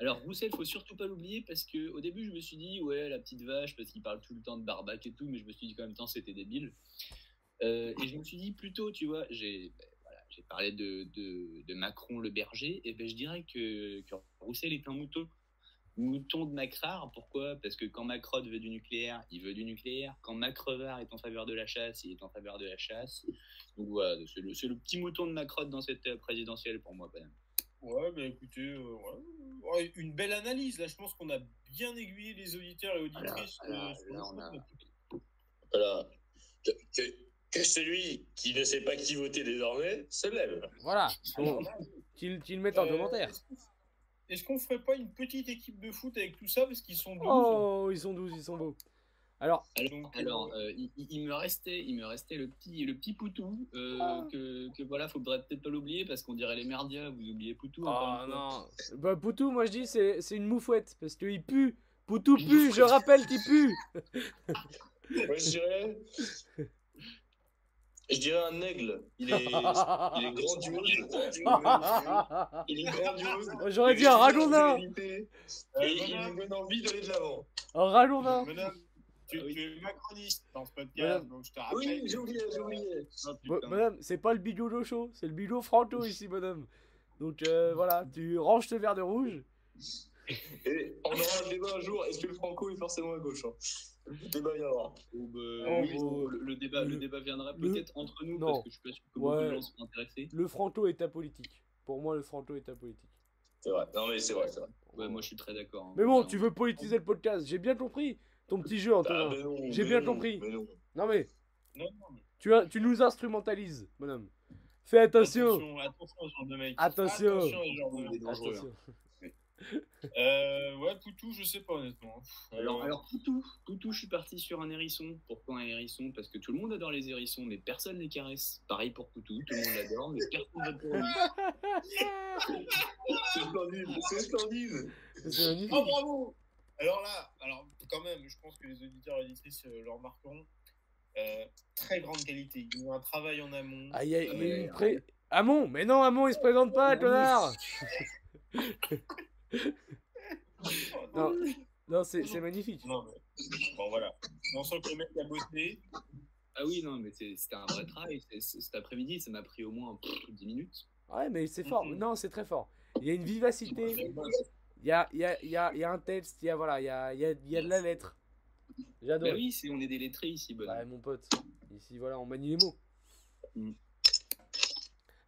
Alors Roussel, faut surtout pas l'oublier parce que au début je me suis dit ouais la petite vache parce qu'il parle tout le temps de barbac et tout, mais je me suis dit qu'en même temps c'était débile. Euh, et je me suis dit plutôt, tu vois, j'ai ben, voilà, j'ai parlé de, de, de Macron le berger, et ben je dirais que, que Roussel est un mouton. Mouton de Macrard, pourquoi Parce que quand Macrod veut du nucléaire, il veut du nucléaire. Quand Macrevard est en faveur de la chasse, il est en faveur de la chasse. Donc voilà, c'est le, c'est le petit mouton de Macrod dans cette euh, présidentielle pour moi quand même. Ouais, bah écoutez, euh, ouais. Ouais, une belle analyse. Là, je pense qu'on a bien aiguillé les auditeurs et auditrices. alors, euh, sur le Ah là, fond. on a- Voilà. Que, que- que celui qui ne sait pas qui voter désormais se lève. [LAUGHS] voilà. Alors Bon, là, Qu'il qu'il le mette en euh, commentaire. est-ce qu'on- Est-ce qu'on ferait pas une petite équipe de foot avec tout ça parce qu'ils sont douze Oh, ils sont douze, ils sont beaux. Alors, Donc, Alors, euh, il, il- il me restait, il me restait le petit, le petit Poutou euh, Ah. que, que voilà, faudrait peut-être pas l'oublier parce qu'on dirait les merdias. Vous oubliez Poutou encore oh une fois. non. Bah, Poutou, moi je dis, c'est c'est une moufouette parce qu'il pue. Poutou pue, je rappelle qu'il pue. Moi, je dirais. Je dirais un aigle. Il est, il est grandiose. Moi, Il est grandiose. J'aurais dit oh, un ragondin, Et Euh, il Madame, nous donne envie d'aller de l'avant. un ragondin. Madame, tu, Ah oui. tu es macroniste dans ce podcast, Madame. donc je te rappelle. Oui, j'ai oublié, j'ai oublié. Ah, Bon, putain. Madame, c'est pas le bidou Locho, c'est le bidou Franco ici, madame. Donc euh, voilà, tu ranges ce verre de rouge. Et on aura un débat un jour, est-ce que le Franco est forcément à gauche hein Le débat viendra. Ou, bah, En oui, gros, le, le débat, le, Oh, le- débat viendra le- peut-être entre nous, non. parce que je suis pas sûr que beaucoup Ouais. de gens sont intéressés. Le franco est apolitique. Pour moi, le franco est apolitique. C'est vrai. Non mais c'est vrai, c'est vrai. Ouais, moi je suis très d'accord. hein. Mais bon, Vraiment. tu veux politiser le podcast, j'ai bien compris ton petit jeu, Ah, Antonin. mais non, J'ai mais bien non, compris. mais non. Ah, ben, Non mais. Non, Tu, as- tu nous instrumentalises, bonhomme. Fais attention. Attention, attention au genre de mec. Attention. Attention au genre de mec. dangereux, Attention. hein. Euh, ouais, Poutou, je sais pas honnêtement. Alors, alors Poutou, Poutou, je suis parti sur un hérisson. Pourquoi un hérisson Parce que tout le monde adore les hérissons, mais personne les caresse. Pareil pour Poutou, tout le monde l'adore, mais personne ne pour lui. c'est splendide, c'est splendide. [LAUGHS] C'est magnifique. Oh bravo Alors là, alors quand même, je pense que les auditeurs et auditrices euh, le remarqueront. Euh, très grande qualité. Il y a eu un travail en amont. Aïe, il y a- il y a Ouais. une pré- Amon, mais non, Amon, il se présente pas, connard Oh, Non, non c'est c'est magnifique. non, mais... Bon voilà. On sent que le mec a bossé. Ah oui, non, mais c'est- c'était un vrai travail. C'est- c'est- cet après-midi, ça m'a pris au moins pff, 10 minutes. Ouais, mais c'est fort. Mhm. Non, c'est très fort. Il y a une vivacité, il y a, il y, a, il y, a, il y a un texte, il y a, voilà, il y, a, il y, a, il y a de la lettre. J'adore. Bah oui, c'est- on est des lettrés ici, bonhomme. Bah, mon pote, ici, voilà, on manie les mots. Mhm.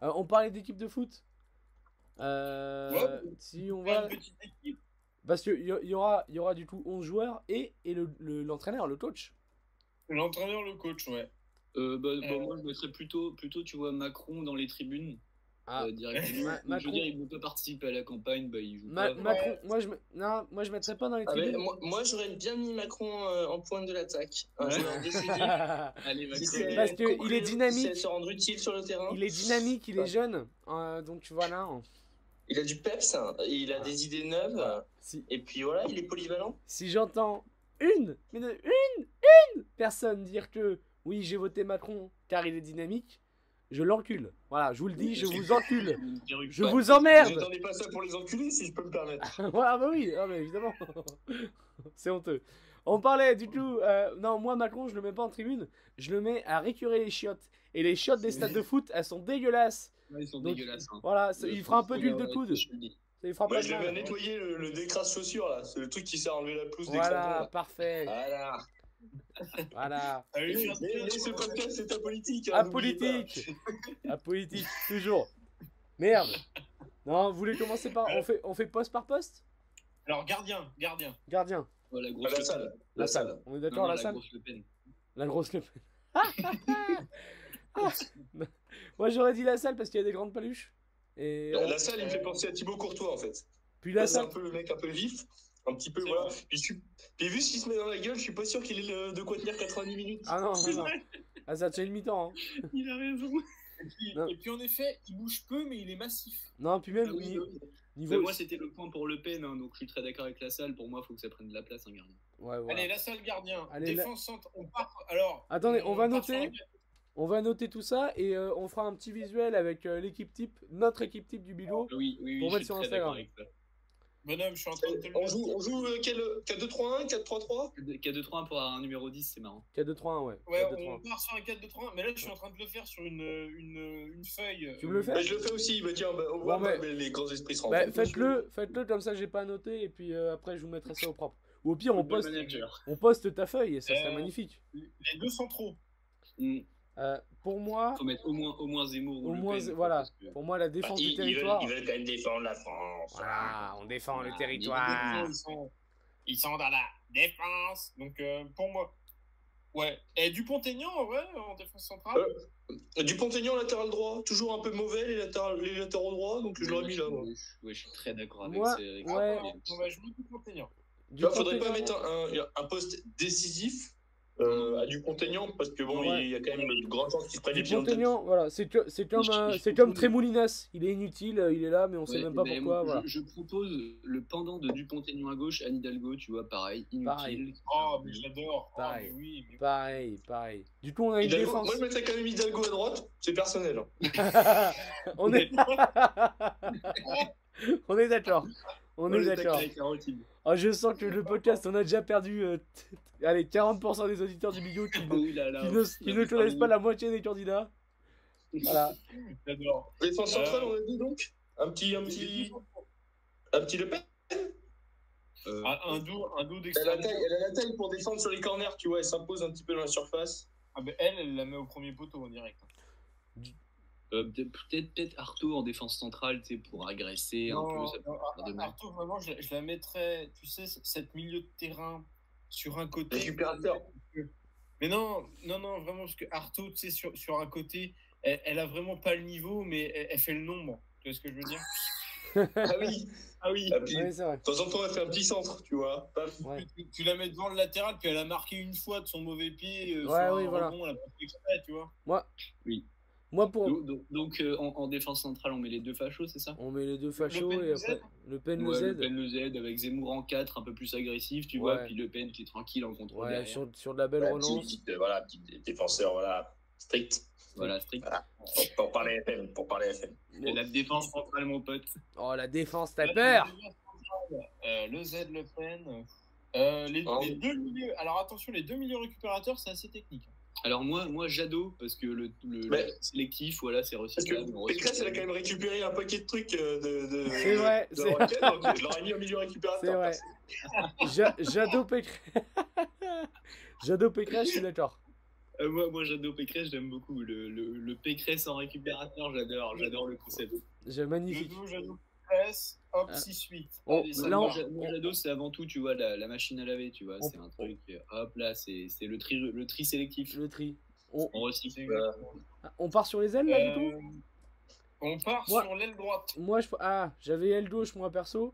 Euh, on parlait d'équipe de foot Euh, Si on va... Une petite équipe. Parce qu'il y, y aura, il y aura du coup 11 joueurs et, et l'entraîneur, le, l'entraîneur, le coach. L'entraîneur, le coach, ouais. Euh, bah, bah, Euh. Moi, je mettrais plutôt, plutôt, tu vois, Macron dans les tribunes. Ah. euh, directement. Ma- Je [LAUGHS] Macron- veux dire, il ne peut pas participer à la campagne, bah, il joue Ma- pas. Macron, moi je, me- non, moi je mettrais pas dans les Ah ben, tribunes. moi, moi, j'aurais bien mis Macron euh, en pointe de l'attaque. Un Ouais. joueur décisif Allez, qui Macron. sait Parce que conclure, il est qui sait dynamique. se rendre utile sur le terrain. [LAUGHS] il est dynamique, il est jeune. euh, donc voilà. Il a du peps, hein, et il a Ah. des idées neuves. Ah. Si, Et puis voilà, il est polyvalent. si j'entends une, mais de- une, une personne dire que oui, j'ai voté Macron car il est dynamique, je l'encule. Voilà, je vous le dis, je vous encule. Une perruque, Je pas- vous Je emmerde. [LAUGHS] n'attendais pas ça pour les enculés, si je peux me permettre. voilà, bah oui, ah bah évidemment. [LAUGHS] C'est honteux. On parlait du coup. euh, non, moi, Macron, je le mets pas en tribune. Je le mets à récurer les chiottes. Et les chiottes des stades de foot, elles sont dégueulasses. Ouais, Ils sont Donc, dégueulasses. hein. Voilà, c'est- Le il fera un peu Franco, d'huile de là, coude. je le dis. Il fera Moi, pas de je vais mal. nettoyer le, le décrasse chaussure, là. C'est le truc qui sert à enlever la pelouse Voilà, parfait. des crânes. Voilà. Voilà. Ah oui, Mais, faire mais ce podcast, c'est ta politique. Ah, hein, n'oubliez pas. Apolitique. Apolitique, Ah, toujours. Merde. Non, vous voulez commencer par. On fait, on fait poste par poste Alors, gardien, gardien. Gardien. Oh, la Ah, grosse la Le Pen. salle. La La salle. salle. On est Non, d'accord, non, la salle grosse Le Pen. La grosse [LAUGHS] Le Pen. Ah. Moi j'aurais dit la salle parce qu'il y a des grandes paluches. Et Euh, La salle, il me fait penser à Thibaut Courtois, en fait. puis la C'est salle. un peu le mec un peu vif. Un petit peu, C'est voilà. Puis, je suis- puis vu ce qu'il se met dans la gueule, je suis pas sûr qu'il ait le- de quoi tenir 90 minutes. Ah non, C'est non, non. vrai. Ah ça tient une mi-temps. hein. Il a raison. Et puis, Non. et puis, en effet, il bouge peu, mais il est massif. Non, puis même Ah oui, ni- oui. niveau. Mais moi, c'était le point pour Le Pen, hein, donc je suis très d'accord avec la salle. Pour moi, il faut que ça prenne de la place, un gardien. Ouais, voilà. Allez, la salle gardien. Allez, la- Défense centre. On part. Alors. Attendez, on va part sur noter. On va noter tout ça et euh, on fera un petit visuel avec euh, l'équipe type, notre équipe type du Ah bilot. Oui, oui, oui. Oh. Pour je mettre suis sur très Instagram. d'accord avec ça. Bonhomme, je suis en train de te le On joue, on joue euh, quel 4-2-3-1, 4-3-3 K2-3 pour avoir un numéro 10, c'est marrant. 4-2-3-1, ouais. Ouais, 4-2-3-1. on part sur un 4-2-3, mais là je suis en train de le faire sur une, une, une feuille. euh, Tu me le fais Bah, Je le fais aussi, bah, tiens, bah, au revoir, mais- bah, les grands esprits se Bah, rencontrent. faites-le, faites-le comme ça j'ai pas noté et puis euh, après je vous mettrai ça au propre. Ou au pire on Football poste, manager. on poste ta feuille et ça serait Euh, magnifique. Les deux centraux. Mm. Euh, pour moi, Faut mettre au moins, au moins Zemmour ou Au Le moins, Pen, voilà. parce que- pour moi la défense Ils- du ils veulent- territoire. Ils, veulent, quand même défendre la France. hein. Voilà, on défend le Ah, territoire. Ils sont, ils sont dans la défense. Donc euh, pour moi. Ouais. Et Dupont-Aignan, en vrai, en défense centrale. Euh, Dupont-Aignan, latéral droit, toujours un peu mauvais les, latéral- les latéraux droits, donc je l'aurais mis là. moi. Ouais, je suis très d'accord avec Moi, ça. avec ouais. ça. hein. On va jouer Dupont-Aignan. Du Tu vois, Bah, faudrait côté pas de- mettre un, un- un poste décisif euh, à Dupont-Aignan, parce que bon, Ouais. il y a quand même de grandes chances qu'il se prenne les pieds dans le tapis. Dupont-Aignan, voilà, c'est que- c'est comme Je- je- euh, je- c'est comme Trémoulinas, il est inutile, euh, il est là mais on sait Ouais, même pas ben, pourquoi. je- Voilà. Je, propose le pendant de Dupont-Aignan à gauche, Anne Hidalgo, tu vois, pareil, inutile. Pareil. Oh, mais j'adore. Oh, Ah, Pareil. mais oui. mais- Pareil, pareil. Du coup on a une Hidalgo- défense. Moi, je mettrais quand même Hidalgo à droite, c'est personnel. hein. on est [LAUGHS] on est d'accord. On Ouais, est le tacle d'accord. avec la routine. Ah, je sens que le podcast, on a déjà perdu euh, t- t- allez, 40% des auditeurs du milieu qui ne, Oh là là, qui ne- on qui a ne fait connaissent pas parler. la moitié des candidats. [LAUGHS] Voilà. J'adore. Défense centrale, Euh, on a dit donc Un petit, un petit, un petit Le Pen Euh, Un, un doux, un Elle a, doux la d'extérieur. taille, elle a la taille pour défendre sur les corners, tu vois. Elle s'impose un petit peu dans la surface. Ah, ben, elle, elle la met au premier poteau en direct. euh, peut- peut-être peut-être Arto en défense centrale, tu sais, pour agresser un Non, peu. ça peut non, faire de mal. Arthur, vraiment, je, je la mettrais, tu sais, c- cette milieu de terrain sur un côté. Récupérateur. Mais non, non, non, vraiment, parce que Arto, tu sais, sur, sur un côté, elle, elle a vraiment pas le niveau, mais elle, elle fait le nombre. Tu vois ce que je veux dire Euh, Ah oui, ah oui. Ah, puis, Ouais, c'est vrai. de temps en temps, elle fait un petit centre, tu vois. Paf. Ouais. tu, tu la mets devant le latéral, puis elle a marqué une fois de son mauvais pied. euh, Ouais, sur un oui, voilà. rebond, elle a pas fait exprès, tu vois. Moi, pour. Donc, donc- donc, euh, en, en défense centrale, on met les deux fachos, c'est ça On met les deux fachos Le Pen, et le Z. après. Le Pen, le Ouais, Z. Le Pen le Z avec Zemmour en 4, un peu plus agressif, tu vois, Ouais. puis Le Pen qui est tranquille en contrôle. Ouais, derrière. Bah, sur, sur de la belle Ouais, relance. petit- petit- euh, voilà, petit défenseur, voilà, strict. Voilà, strict. Pour, pour parler FM, pour parler FM. Et la défense centrale, mon pote. Oh, la défense, t'as Là, peur tu mets le milieu central, euh, Le Z, Le Pen. euh, les, Oh. Ah les oui. deux milieux, alors attention, les deux milieux récupérateurs, c'est assez technique. Alors, moi, moi Jadot, parce que le, le- Mais- le sélectif, voilà, c'est Parce que recyclable. on recycle. Pécresse, elle a quand même récupéré un paquet de trucs euh, de. de C'est vrai, de c'est- Rocket, donc euh, je l'aurais mis au milieu C'est récupérateur. vrai. Ja- Jadot Pécresse. [LAUGHS] Jadot Pécresse, je suis d'accord. Euh, moi, moi, Jadot Pécresse, j'aime beaucoup. Le, le, le Pécresse en récupérateur, j'adore. J'adore le concept. J'ai magnifique. Jadot, Jadot, presse, hop, Ah. 6-8. Oh, Allez, là, ça Moi, on- marche. Ja- moi, Jadot, c'est avant tout, tu vois, la, la machine à laver, tu vois. On- C'est un truc, euh, hop là, c'est c'est le tri, le tri sélectif. Le tri. On, On recycle. on part sur les ailes là du coup Euh, on part Moi- sur l'aile droite. Moi je. Ah, j'avais aile gauche moi perso.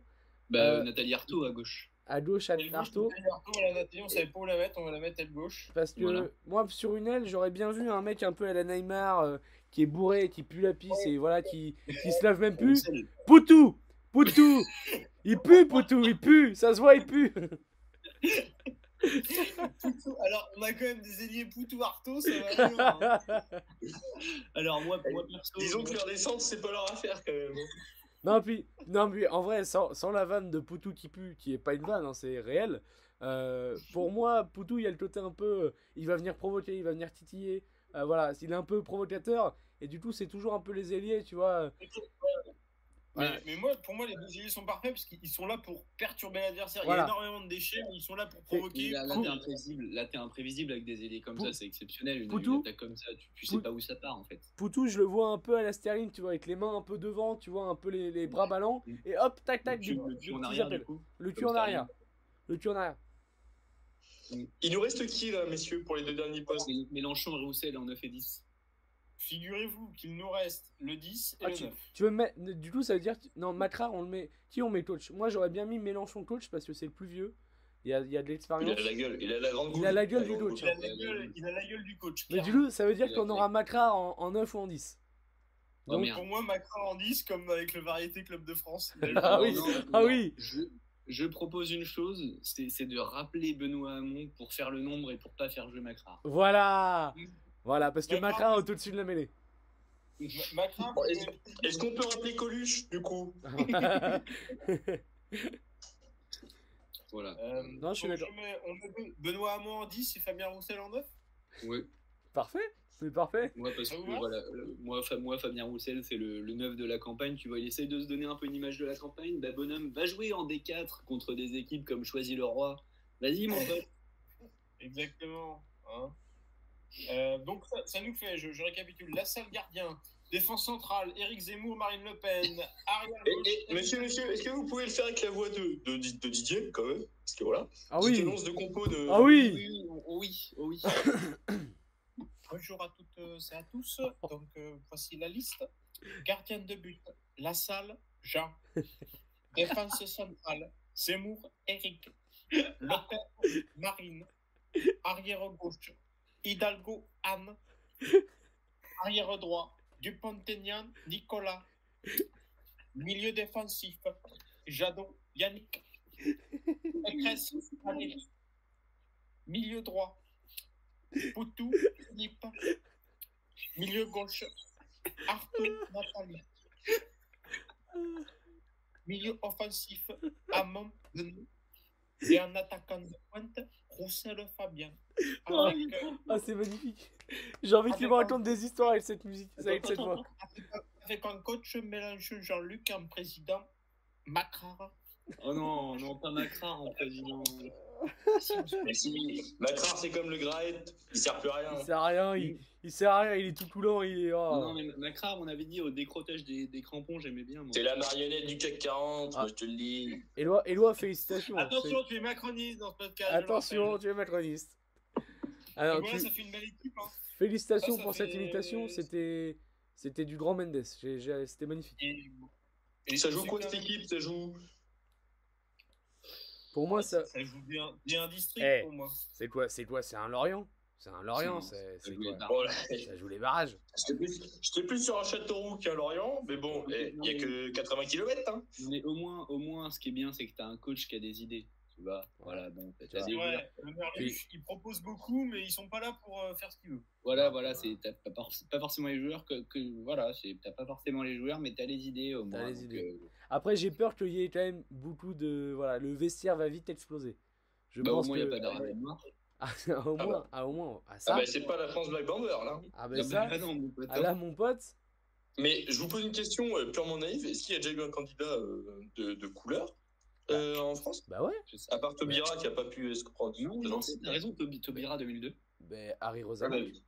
Bah, Euh, Nathalie Arthaud à gauche. À gauche, à Aile gauche, Arto. aile Arto, voilà, Nathalie, on savait pas où la mettre, on va la mettre aile gauche. Parce que Voilà. moi sur une aile, j'aurais bien vu un mec un peu à la Neymar euh, qui est bourré, qui pue la pisse et voilà, qui, qui se lave même Euh, [LAUGHS] plus. Bruxelles. Poutou Poutou Il pue, Poutou, il pue Ça se voit, il pue Alors, on a quand même des ailiers Poutou Arto, ça va aller, hein. [LAUGHS] Alors, moi, moi perso. Disons moi- que leur descente, c'est pas leur affaire quand même. hein. Non, puis, non, mais en vrai, sans, sans la vanne de Poutou qui pue, qui est pas une vanne, hein, c'est réel, euh, pour moi, Poutou, il y a le côté un peu. euh, il va venir provoquer, il va venir titiller. euh, voilà, il est un peu provocateur, et du coup, c'est toujours un peu les ailiers, tu vois. Mais, Ouais. mais moi, pour moi, les deux ailiers sont parfaits parce qu'ils sont là pour perturber l'adversaire. Voilà. Il y a énormément de déchets, mais ils sont là pour Mais provoquer. Là, là, pour- t'es imprévisible. Là, t'es imprévisible avec des ailiers comme Pou- ça, c'est exceptionnel. Une, Poutou une attaque comme ça, tu, tu sais Pou- pas où ça part en fait. Poutou, je le vois un peu à la Sterling, tu vois, avec les mains un peu devant, tu vois, un peu les, les bras ballants, et hop, tac, tac, Tu du- Mm. le tues en petits arrière, appels. du coup. le cul comme en Sterling. arrière. Le cul en arrière. Il nous reste qui là, messieurs, pour les deux derniers postes Mé- Mélenchon et Roussel en 9 et 10. Figurez-vous qu'il nous reste le 10 et Ah, le tu, 9. tu veux mettre. Du coup, ça veut dire. que- Non, Macrar, on le met. Qui on met coach Moi, j'aurais bien mis Mélenchon coach parce que c'est le plus vieux. Il y a, il y a de Il l'expérience. a la gueule, il a la grande Il a la gueule Il du a la coach. Il a, hein. la gueule, il a la gueule du coach. Mais du clairement. coup, ça veut dire Il a qu'on la aura Macrar en, en 9 ou en 10. Oh Donc- merde. Pour moi, Macron en 10, comme avec le Variété Club de France. Ah oui, ah oui. Je, je propose une chose, c'est c'est de rappeler Benoît Hamon pour faire le nombre et pour pas faire jeu Macra. Voilà Mm. Voilà, parce que Macron, Macrar est au-dessus de la [LAUGHS] mêlée. [LAUGHS] Ma- Macron, Bon, est-ce- Est-ce qu'on peut rappeler Coluche, du coup Voilà. euh, Non, je suis donc d'accord. mets- on met Ben- Benoît Hamon en 10 et Fabien Roussel en 9 Ouais, parfait C'est parfait moi, parce Ça vous que, va voilà, euh, moi, Fa- moi, Fabien Roussel, c'est le, le neuf de la campagne. Tu vois, il essaye de se donner un peu une image de la campagne. Bah, bonhomme, va jouer en D4 contre des équipes comme Choisy le Roi. Vas-y, mon pote. Exactement. hein. Euh, donc ça, ça nous fait, je, je récapitule, la salle gardien, défense centrale, Éric Zemmour, Marine Le Pen, arrière Et- gauche, et- Monsieur, monsieur, est-ce que vous pouvez le faire avec la voix de, de, Di- de Didier, quand même Parce que voilà, Ah petite oui annonce de compo de... Ah oui euh, Oui, oh, oh oui, oh oui. Bonjour à toutes et à tous. Donc euh, voici la liste. Gardienne de but, La Salle, Jean. Défense centrale, Zemmour, Eric. Le Pen, Marine. Arrière gauche, Hidalgo, Anne. Arrière droit, Dupont-Aignan, Nicolas. Milieu défensif, Jadot, Yannick. Pécresse, Valérie. Milieu droit, Poutou, Philippe. Milieu gauche, Arthur, Nathalie. Milieu offensif, Amon, Denis. Et un attaquant de pointe, Roussel Fabien. Oh, Avec, Ah, c'est magnifique J'ai Ah, envie qu'il me Attends. raconte des histoires avec cette musique, avec cette voix. avec un coach Mélenchon Jean-Luc, un président Macron, Oh non, non, pas Macra en président. Euh, Macron, c'est comme le Graet, il sert plus à rien. Il sert à rien, Ah. il, il sert à rien, il est tout coulant, il est. oh. Non, mais Macra, on avait dit au décrotage des, des crampons, j'aimais bien. Moi. C'est la marionnette du CAC 40, moi je te le dis. Éloi, Éloi, félicitations. Attention, tu es macroniste dans ce podcast. C'est- je le Attention, rappelle. tu es macroniste. Et Alors, voilà, tu- ça fait une belle équipe. hein. félicitations ça, ça pour cette fait- imitation, c'était. C'était du grand Mendes, J'ai- j'ai- c'était magnifique. Et, et ça joue c'est quoi quand cette même- équipe Ça joue. Pour moi, ça. Ça joue bien, bien district Eh. pour moi. Ah, C'est quoi C'est quoi C'est un Lorient C'est un Lorient, c'est Ça c'est jouait quoi pas. Bon, là, Ça joue les barrages. j'étais plus, j'étais plus sur un Châteauroux qu'un Lorient, mais bon, eh, il n'y a que 80 km. Hein. Mais au moins, au moins, ce qui est bien, c'est que t'as un coach qui a des idées. Tu vois, voilà, bon, t'as- t'as Ouais. des idées. Ouais, le Merluch, il propose beaucoup, mais ils sont pas là pour euh, faire ce qu'ils veulent. Voilà, voilà, c'est t'as pas, for- pas forcément les joueurs que, que- voilà, c'est- t'as pas forcément les joueurs, mais t'as les idées au moins. T'as les donc, idées. euh, Après, j'ai peur qu'il y ait quand même beaucoup de. Voilà, le vestiaire va vite exploser. Je bah, au pense moins, il que. n'y a pas d'arrêt noir. ah, [LAUGHS] au Ah moins, ah, au moins, ah ça. Ah bah, c'est pas la France Black Bomber, là. Ah Ah ben bah, ça, bah, non, mon pote, ah là mon pote, Mais je vous pose une question euh, purement naïve. Est-ce qu'il y a déjà eu un candidat euh, de, de couleur euh, en France bah ouais, je sais. À part Tobira qui n'a pas pu euh, se prendre. Non, non, c'est t'as raison, Tobi- Tobira 2002. ben Harry Ah, Roselmack. mais oui.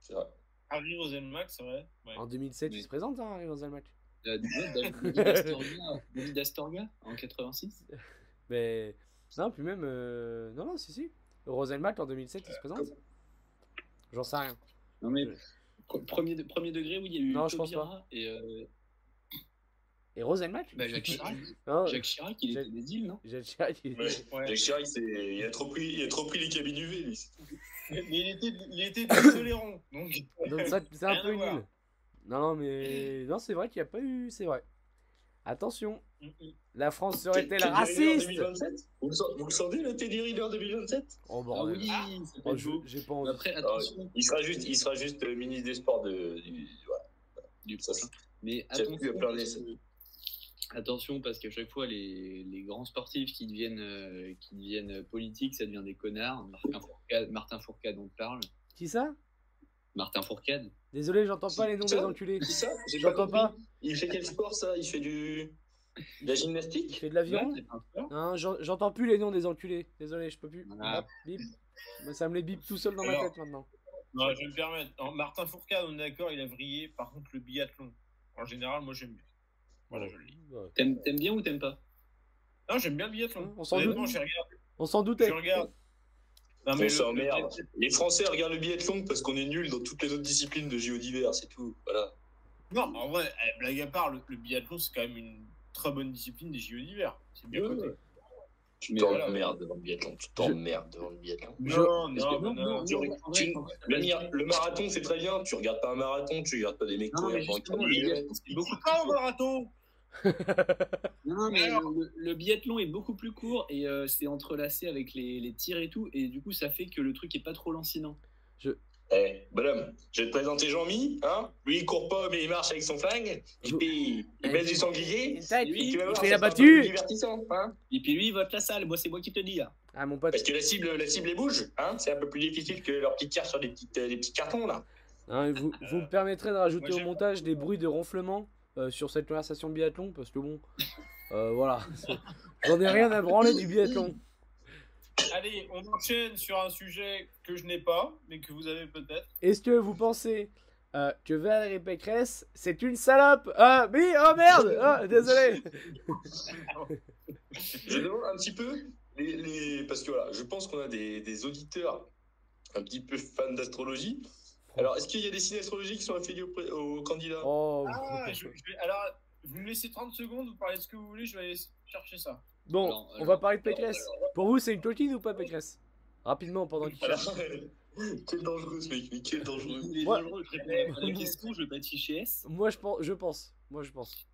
C'est vrai. Harry Rosenmack, c'est vrai. Ouais. En 2007, Oui. il se présente, hein, Harry Roselmack. [LAUGHS] Euh, David Astoria, David Astoria, en 86. Mais non, puis même, euh, non, non, si, si. Roselmack en 2007, il se présente. J'en sais rien. Non mais pr- premier, de- premier degré, oui, il y a eu Non, je pense Tobira et euh, Et Roselmack bah, [LAUGHS] Jacques Chirac. [LAUGHS] Non, Jacques Chirac, il Jacques- était des îles, non j'ai le chat, il- Ouais. Ouais. Jacques Chirac, c'est- il a trop pris, il a trop pris les cabines UV, lui. Mais il était, il [COUGHS] était tolérant, donc. [LAUGHS] Donc ça, c'est un Rien peu à voir. nul. Non, non, mais non, c'est vrai qu'il n'y a pas eu, c'est vrai. Attention, la France serait-elle Teddy Riner raciste 2027 vous, le sen- vous le sentez, le Teddy Riner 2027 Oh Ah bordel. oui, ça peut Oh, être je- beau. j'ai pas envie. Après, attention, Il sera juste, il sera juste euh, ministre des Sports de. du- voilà. du Ça, ça- mais ça pue à attention, plein parce d'essais. que- attention, parce qu'à chaque fois, les, les grands sportifs qui deviennent, euh, qui deviennent politiques, ça devient des connards. Martin Fourcade, Martin Fourcade on parle. Qui ça Martin Fourcade. Désolé, j'entends pas les noms des Ça enculés. C'est ça J'ai pas J'entends compris. pas. Il fait quel sport ça Il fait du. de la Il gymnastique fait de l'aviron Ouais, c'est un sport. Hein, j'en- J'entends plus les noms des enculés. Désolé, je peux plus. Ah. Hop, bip. Moi, ça me les bip tout seul dans ma Alors. tête maintenant. Non, je vais me permettre. Non, Martin Fourcade, on est d'accord, il a vrillé. Par contre, le biathlon, en général, moi j'aime bien. Voilà, je le dis. Ouais. T'aimes t'aimes bien ou t'aimes pas Non, j'aime bien le biathlon. On s'en Honnêtement, doute. je regarde. On s'en Je doutait. regarde. Non, On le- s'emmerde. le- Les Français regardent le biathlon parce qu'on est nuls dans toutes les autres disciplines de JO d'hiver, c'est tout. Voilà. Non, en vrai, eh, blague à part, le, le biathlon, c'est quand même une très bonne discipline des JO d'hiver. C'est bien Ouais, coté. ouais. Tu Mais t'emmerdes voilà. devant le biathlon, tu t'emmerdes devant le biathlon. Je- Non, Parce non, que bah non. tu- en vrai, tu- en vrai, ça Le, va être- mira- le marathon, c'est très bien. Tu regardes pas un marathon, tu regardes pas des mecs Non, non, courir mais pendant justement, 40 le kilomètres. biathlon, c'est Il beaucoup court plus pas au court. marathon Non, non, mais Alors- le, le biathlon est beaucoup plus court et euh, c'est entrelacé avec les, les tirs et tout, et du coup, ça fait que le truc est pas trop lancinant. Eh, bonhomme, je vais te présenter Jean-Mi. Hein Lui, il court pas, mais il marche avec son flingue. Il, Je- fait- il met du sanglier. Inside. Lui, tu vas Il voir, fait ça la sera un peu battue. plus divertissant. Hein Et puis lui, il vote la salle, moi, c'est moi qui te le dis hein. là. Ah mon pote. Parce que la cible, la cible, elle bouge. Hein c'est un peu plus difficile que leur petite carte sur des, petites, euh, des petits cartons, là. Hein, vous, vous me permettrez de rajouter moi, au j'aime- montage des bruits de ronflement euh, sur cette conversation biathlon parce que bon, euh, voilà, [LAUGHS] c'est- j'en ai rien à branler du biathlon. Allez, on enchaîne sur un sujet que je n'ai pas, mais que vous avez peut-être. Est-ce que vous pensez euh, que Valérie Pécresse c'est une salope Ah oui, oh merde, ah, désolé. Je demande un petit peu. Les, les- Parce que voilà, je pense qu'on a des, des auditeurs un petit peu fans d'astrologie. Alors, est-ce qu'il y a des signes astrologiques qui sont affiliés au, pré- au candidat Oh. Ah, je- je vais- alors, vous me laissez 30 secondes, vous parlez de ce que vous voulez, je vais aller chercher ça. Bon, Alors, on alors, va parler de Pécresse. Pour vous, c'est une coquine ou pas Pécresse Rapidement pendant qu'il Alors, [LAUGHS] Quel dangereux ce mec, mais quel dangereux. Il est Moi- dangereux, je réponds à la question, je bâtis chez S. Moi je pense, je pense, moi je pense.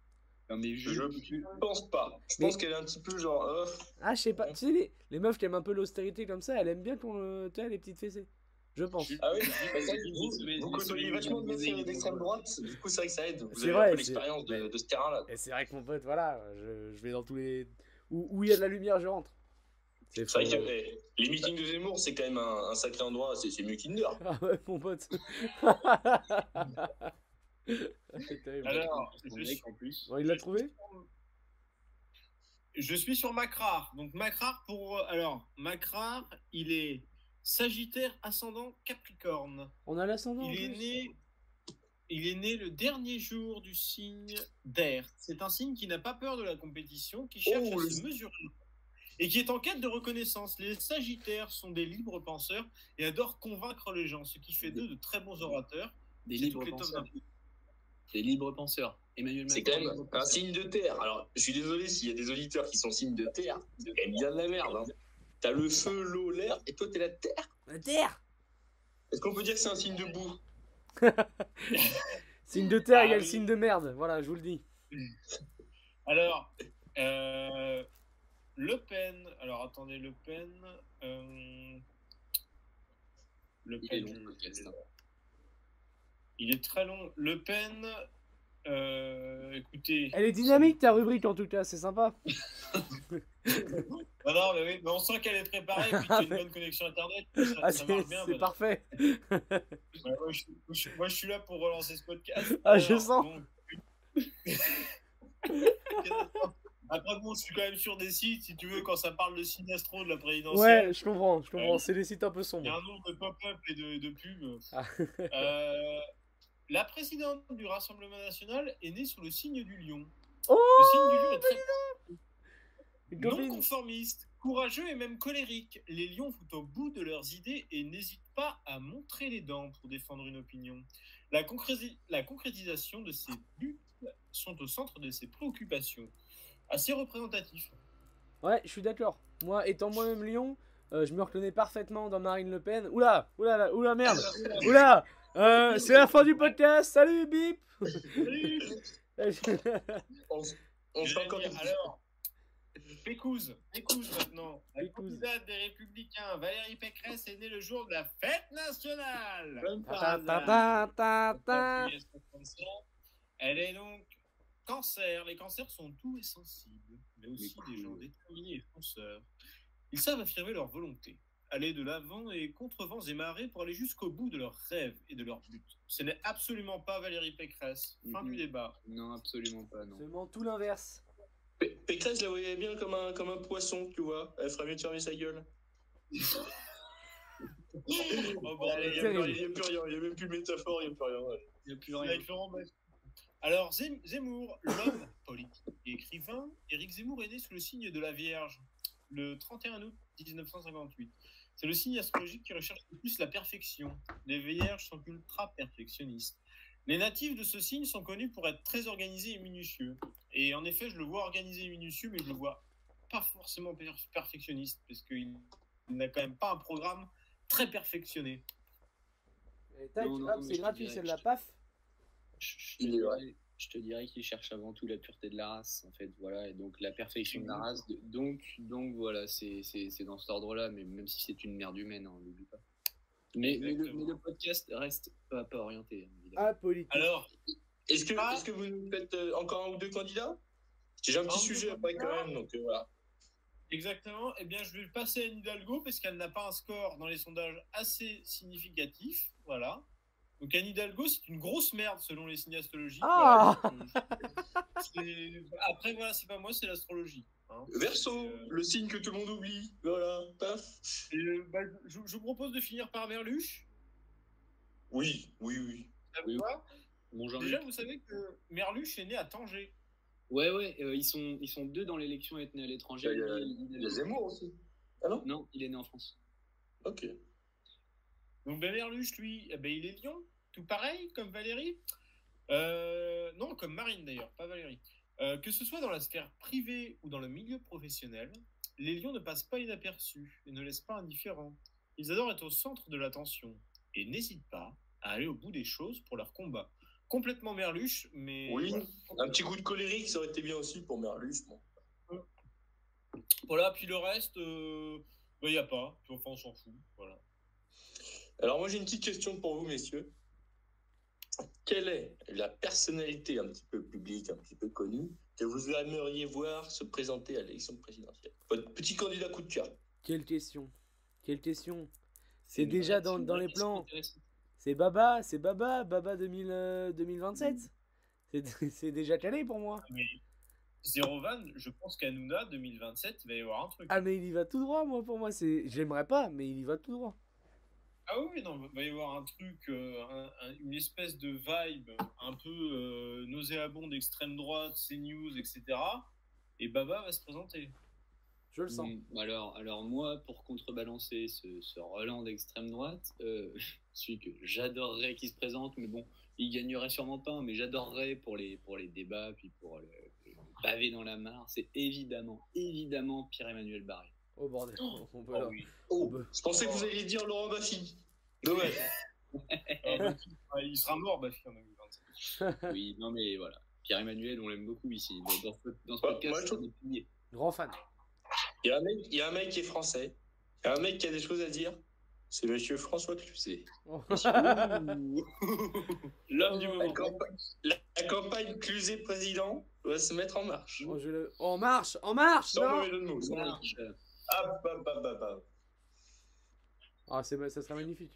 Non, mais Je Jules, tu- ne pense pas. Je Mais- pense qu'elle est un petit peu genre. euh, Ah je sais pas, tu sais les, les meufs qui aiment un peu l'austérité comme ça, elles aiment bien qu'on le- tu sais, les petites fessées. Je pense. Jules, Ah oui, Jules, bah ça, Jules, vous, Jules, vous Jules, côtoyez Jules, vachement de mecs Jules, sur les Jules, extrêmes droite, du coup c'est vrai que ça aide. Vous C'est avez vrai, un peu c'est- l'expérience de, mais- de ce terrain-là. Et c'est vrai que mon pote, voilà, je, je vais dans tous les. Où où il y a de la lumière, je rentre. C'est C'est vrai que fou. eh, les meetings de Zemmour, c'est quand même un, un sacré endroit, c'est c'est mieux qu'Inder. Ah ouais, mon pote. c'est terrible. Alors, Son je mec, en plus. Bon, il l'a trouvé je suis sur Macrar. Donc Macrar pour euh, alors Macrar, il est Sagittaire ascendant Capricorne. On a l'ascendant. en Il est plus. né il est né le dernier jour du signe d'air. C'est un signe qui n'a pas peur de la compétition, qui cherche Oh, à le- se mesurer et qui est en quête de reconnaissance. Les Sagittaires sont des libres penseurs et adorent convaincre les gens, ce qui fait d'eux de très bons orateurs. Des C'est libres toutes les tomes penseurs. Des libres penseurs. Emmanuel C'est quand Macron, bah, même libre un penseur. signe de terre. Alors, je suis désolé s'il y a des auditeurs qui sont signes de terre, c'est quand même bien de la merde. Hein. T'as le feu, l'eau, l'air, et toi, t'es la terre. La terre Est-ce qu'on peut dire que c'est un signe de boue Signe de terre, il y a Ah le oui. signe de merde. Voilà, je vous le dis. Alors, euh, Le Pen. Alors, attendez, Le Pen. euh, Le Il est Pen. long, je- le podcast, hein. Il est très long. Le Pen. euh, écoutez. Elle est dynamique ta rubrique en tout cas, c'est sympa. Non, Ah non, mais, oui, mais on sent qu'elle est préparée. Puis [LAUGHS] tu as une bonne connexion internet. Ça, Ah, ça c'est marche bien. c'est bah, parfait. ouais, moi, je, je- moi, je suis là pour relancer ce podcast. Ah, je sens. donc- [LAUGHS] Après, bon, je suis quand même sur des sites. Si tu veux, quand ça parle de Sinastro de la présidentielle. Ouais, je comprends, je comprends. C'est des sites un peu Il y a sombres. un nombre de pop-up et de, de pubs. Ah. [LAUGHS] Euh, la présidente du Rassemblement national est née sous le signe du lion. Oh, le signe du lion est très Une non copine. conformiste, courageux et même colérique. Les lions vont au bout de leurs idées et n'hésitent pas à montrer les dents pour défendre une opinion. La, concréti- la concrétisation de ces buts sont au centre de ses préoccupations. Assez représentatif. Ouais, je suis d'accord. Moi, étant moi-même Lyon, euh, je me reconnais parfaitement dans Marine Le Pen. Oula, oula, la- oula, merde. Oula, euh, c'est la fin du podcast. Salut, [LAUGHS] bip. Salut On, on fait J'allais encore dire, des- alors, Pécouse, Pécouse maintenant. La Pécouse. candidate des Républicains, Valérie Pécresse, est née le jour de la fête nationale. Comme Ta, par ta, hasard. ta, ta, ta. Elle est cancer. Elle est donc cancer. Les cancers sont doux et sensibles, mais aussi cool. des gens déterminés et fonceurs. Ils savent affirmer leur volonté, aller de l'avant et contre vents et marées pour aller jusqu'au bout de leurs rêves et de leurs buts. Ce n'est absolument pas Valérie Pécresse. Fin Mhm. Mm-hmm. du débat. Non, absolument pas, non. Seulement tout l'inverse. P- Pécresse, je la voyais bien comme un, comme un poisson, tu vois. Elle ferait mieux de fermer sa gueule. Oh, bordel. Il n'y a, plus- il y a plus rien, il n'y a même plus de métaphore, il n'y a plus rien. ouais. Il n'y a plus rien. Avec Laurent Baffi. Alors, Zem- Zemmour, l'homme [COUGHS] politique et écrivain, Éric Zemmour est né sous le signe de la Vierge, le 31 août 1958. C'est le signe astrologique qui recherche le plus la perfection. Les Vierges sont ultra perfectionnistes. Les natifs de ce signe sont connus pour être très organisés et minutieux. Et en effet, je le vois organisé et minutieux, mais je le vois pas forcément per- perfectionniste, parce qu'il n'a quand même pas un programme très perfectionné. Et tac, Non, non, hop, mais c'est je te gratuit, dirais c'est de que la je- paf. Je- je te Il est vrai. dirais- Je te dirais qu'il cherche avant tout la pureté de la race, en fait, voilà, et donc la perfection de la race. de- Donc, donc voilà, c'est c'est- c'est dans cet ordre-là, mais même si c'est une merde humaine, hein, on l'oublie pas. Mais, mais le, Exactement. mais le podcast reste pas, pas orienté, hein, Ah, évidemment. Apolitique. Alors, Est-ce que, Ah. est-ce que vous nous faites euh, encore un ou deux candidats J'ai un Un ou petit deux sujet après quand candidats même, donc euh, voilà. Exactement. Eh bien, je vais passer à Anne Hidalgo parce qu'elle n'a pas un score dans les sondages assez significatif. Voilà. Donc, Anne Hidalgo, c'est une grosse merde selon les signes astrologiques. Ah Voilà, donc, euh, c'est- Après, voilà, c'est pas moi, c'est l'astrologie. hein. Verso, Euh, le signe que tout le monde oublie. Voilà, paf. euh, bah, je, je vous propose de finir par Merluche. Oui, oui, oui. Ça vous Oui. va Bon, Jean-Luc. Déjà, vous savez que Merluche est né à Tanger. Ouais, ouais, euh, ils, sont, ils sont deux dans l'élection à être nés à l'étranger. Il y a- Lui, il- il- Il y a Zemmour aussi. Ah non Non, il est né en France. Ok. Donc ben, Merluche, lui, eh ben, il est lion, tout pareil, comme Valérie. Euh, non, comme Marine d'ailleurs, pas Valérie. Euh, que ce soit dans la sphère privée ou dans le milieu professionnel, les lions ne passent pas inaperçus et ne laissent pas indifférents. Ils adorent être au centre de l'attention et n'hésitent pas à aller au bout des choses pour leur combat. Complètement Merluche, mais Oui. voilà. Un petit coup de colérique, ça aurait été bien aussi pour Merlus. bon. Voilà, puis le reste, il n'y a pas. Puis enfin, on s'en fout. Voilà. Alors moi j'ai une petite question pour vous messieurs. Quelle est la personnalité un petit peu publique, un petit peu connue, que vous aimeriez voir se présenter à l'élection présidentielle Votre petit candidat coup de cœur. Quelle question. Quelle question. C'est déjà dans, dans les plans. Intéressant. C'est Baba, c'est [LAUGHS] Baba, Baba 2000, euh, 2027. C'est- C'est déjà calé pour moi. Zéro van, je pense qu'Anouna 2027, il va y avoir un truc. Ah, mais il y va tout droit, moi, pour moi. c'est J'aimerais pas, mais il y va tout droit. Ah oui, non, il va y avoir un truc, euh, un- un- une espèce de vibe un peu euh, nauséabonde, extrême droite, CNews, etc. Et Baba va [LAUGHS] se présenter. Je le sens. Mm, Alors, alors moi, pour contrebalancer ce, ce Roland d'extrême droite, euh, celui que j'adorerais qui se présente, mais bon, il gagnerait sûrement pas, mais j'adorerais pour les, pour les débats, puis pour le, le pavé dans la mare, c'est évidemment, évidemment [LAUGHS] Pierre-Emmanuel Barré. Oh, bordel. On peut Oh là. oui. On Oh, peut- je pensais que vous alliez dire Laurent Baffy. Dommage. Ah, donc, il sera- il sera mort, Bafi, en 2027. Oui, non mais voilà, Pierre-Emmanuel, on l'aime beaucoup ici. Dans, dans ce, dans ce Ouais, podcast, moi, je trouve- on est plié. Grand fan. Il y, a un mec, il y a un mec qui est français. Il y a un mec qui a des choses à dire. C'est monsieur François Cluzet. Oh. L'homme du La moment. campagne, la- la campagne Cluzet président doit se mettre en marche. Oh, je le- En marche En marche Sans Non mauvais jeu de mots. sans mauvais jeu de mots. Marche. Ah, bah, bah, bah, bah. Ah, c'est... ça serait magnifique.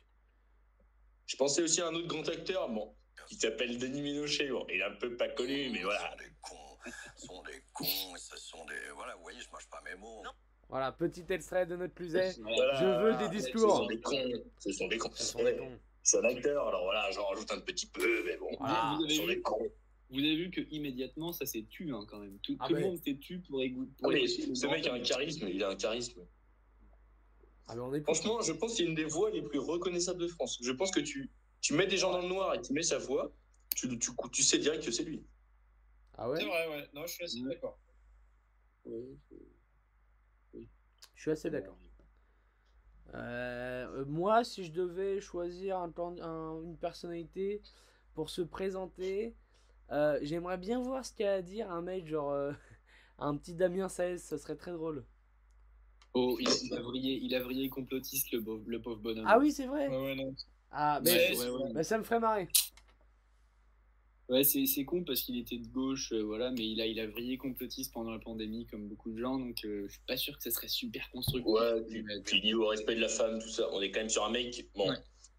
Je pensais aussi à un autre grand acteur, bon, qui s'appelle Denis Ménochet. Bon, il est un peu pas connu, mais voilà. Ce sont des cons, ce sont des cons, et ce sont des. Voilà, vous voyez, je mâche pas mes mots. Voilà, petit extrait de notre Cluzet. Voilà. Voilà. Je veux Ah, des Ce sont discours. des cons. Ce sont des cons. Ce sont des cons. C'est un acteur, alors voilà, j'en rajoute un petit peu, mais bon. Voilà. Ah, Vous Ce avez sont vu des cons. Vous avez vu que immédiatement ça s'est tu hein, quand même. Tout, Ah tout ben. le monde s'est tu pour égo- Ah, pour mais écouter le ce grand mec a un homme. charisme, il a un charisme. Ah, mais on est cons. Franchement, je pense que c'est une des voix les plus reconnaissables de France. Je pense que tu, tu mets des gens dans le noir et tu mets sa voix, tu, tu, tu sais direct que c'est lui. Ah C'est ouais vrai, ouais. Non, je suis assez Mm. d'accord. Ouais, Je suis assez d'accord. Euh, euh, moi, si je devais choisir un can- un- une personnalité pour se présenter, euh, j'aimerais bien voir ce qu'il y a à dire un mec, genre euh, [LAUGHS] un petit Damien Saez, ce serait très drôle. Oh, il, il a vrillé, il a vrillé complotiste le, beau- le pauvre bonhomme. Ah oui, c'est vrai. Ouais, ouais, non. Ah, mais Ouais, ouais, c'est- ouais. bah, ça me ferait marrer. Ouais, c'est c'est con parce qu'il était de gauche, euh, voilà, mais il a, il a vrillé complotiste pendant la pandémie comme beaucoup de gens, donc euh, je suis pas sûr que ça serait super constructif. Ouais, Mais, puis, puis niveau au respect de la femme, tout ça, on est quand même sur un mec. Bon, Ouais.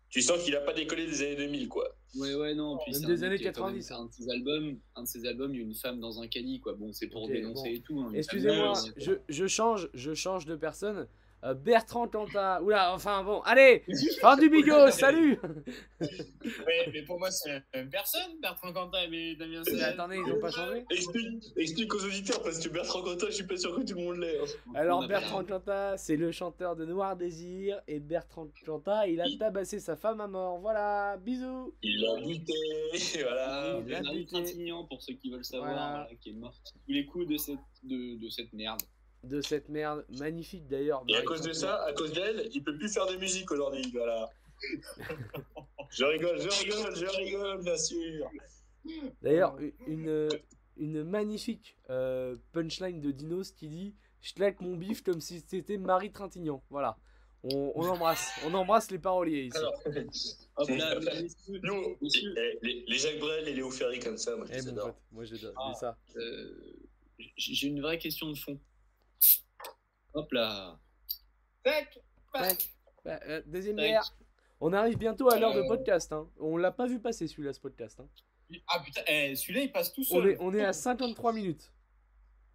tu sens qu'il a pas décollé des années 2000, quoi. ouais, ouais, non. Puis Même c'est un des mec années qui a quand 90, même- Un de ses albums, un de ses albums, il y a une femme dans un cali, quoi. Bon, c'est pour Ok, dénoncer bon. et tout. hein, mais Excusez-moi, ça me- je, je change, je change de personne. Euh, Bertrand Cantat. Oula, enfin bon, allez, fin [LAUGHS] du bigot, salut. Mais, mais pour moi, c'est la même personne, Bertrand Cantat et Damien Mais [LAUGHS] Saez. attendez, ils ont pas changé. Explique, explique aux auditeurs, parce que Bertrand Cantat, je suis pas sûr que tout le monde l'ait. hein. On Alors a pas Bertrand Cantat, c'est le chanteur de Noir Désir et Bertrand Cantat, il a Il- tabassé sa femme à mort. Voilà, bisous. Il l'a buté, [LAUGHS] voilà. Ah, Il a Bernard buté. Trintignant, pour ceux qui veulent savoir, Voilà. voilà, qui est mort sous les coups de cette, de, de cette merde. De cette merde magnifique d'ailleurs. Et à Marie cause de Chantal. ça, à cause d'elle, il peut plus faire de musique aujourd'hui, voilà. je rigole, [LAUGHS] je rigole, je rigole, bien sûr. D'ailleurs, u- une une magnifique euh, punchline de Dinos qui dit "Je claque mon bif comme si c'était Marie Trintignant." Voilà. On, on embrasse, on embrasse les paroliers ici. Alors, Hop C'est- là, mesdames, messieurs, Nous, eh, les, les Jacques Brel et Léo Ferry comme ça, moi je Eh, les mon adore. pote, moi j'adore Ah. mais ça. euh, j- j'ai une vraie question de fond. Hop là. Tac, tac. Tac. Bah, euh, deuxième Tac. bière. On arrive bientôt à l'heure de Euh. podcast. Hein. On l'a pas vu passer celui-là, ce podcast. hein. Ah putain, eh, celui-là, il passe tout On, seul. est, on est à 53 minutes.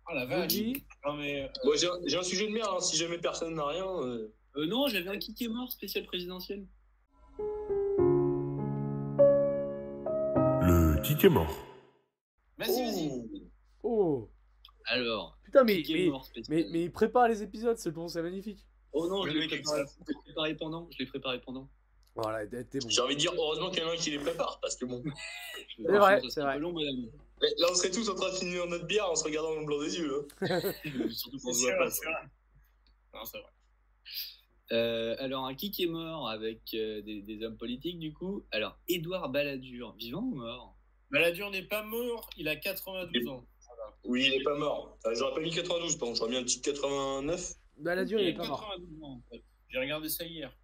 Ah la Je vous vache. dis, Non, mais. euh, Bon, j'ai un- j'ai un sujet de merde, hein, si jamais personne n'a rien. euh, Euh, non, j'avais un qui est mort spécial présidentiel. Le ticket mort. Vas-y, vas-y. oh. Oh Alors, Putain, mais, qui est mais, mort spécial. mais, mais il prépare les épisodes, ce con, c'est magnifique. Oh non, je Le l'ai mec avec préparé, je l'ai préparé pendant. Je l'ai préparé pendant. Voilà, t'es t'es bon. J'ai envie de dire, heureusement qu'il y en a un qui les prépare, parce que bon. C'est vrai, c'est vrai. Long, madame. [LAUGHS] Là, là, on serait tous en train de finir notre bière en se regardant dans le blanc des yeux. hein. Surtout qu'on C'est se sûr, voit pas. c'est vrai. Non, c'est vrai. Euh, alors, un qui qui est mort avec euh, des, des hommes politiques, du coup. Alors, Édouard Balladur, vivant ou mort Balladur n'est pas mort, il a 92 ans. Oui, il est pas mort. Euh, J'aurais pas mis 92, pardon, j'aurais mis un petit 89. Bah, la dure, il est a pas mort. 92 ans. en fait. J'ai regardé ça hier.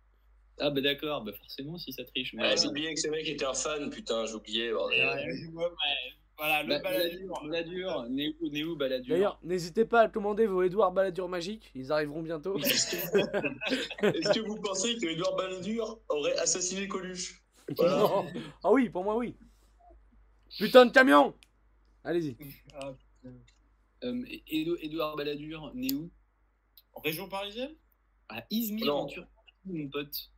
Ah, bah d'accord, bah forcément, si ça triche. mais Ah, voilà. j'ai oublié que ce mec était un fan, putain, j'oubliais. [LAUGHS] bordel. Ouais. Ouais, ouais. Voilà, le Bah, Balladur. le- Balladur, né où, né où Balladur D'ailleurs, n'hésitez pas à commander vos Edouard Balladur magiques, ils arriveront bientôt. Est-ce que vous pensez que Edouard Balladur aurait assassiné Coluche Voilà. [LAUGHS] Non. Ah oui, pour moi, oui. Putain de camion Allez-y. Ah, Euh, Edo- Édouard Balladur, né où En région parisienne À Izmir, Non. en Turquie, mon pote.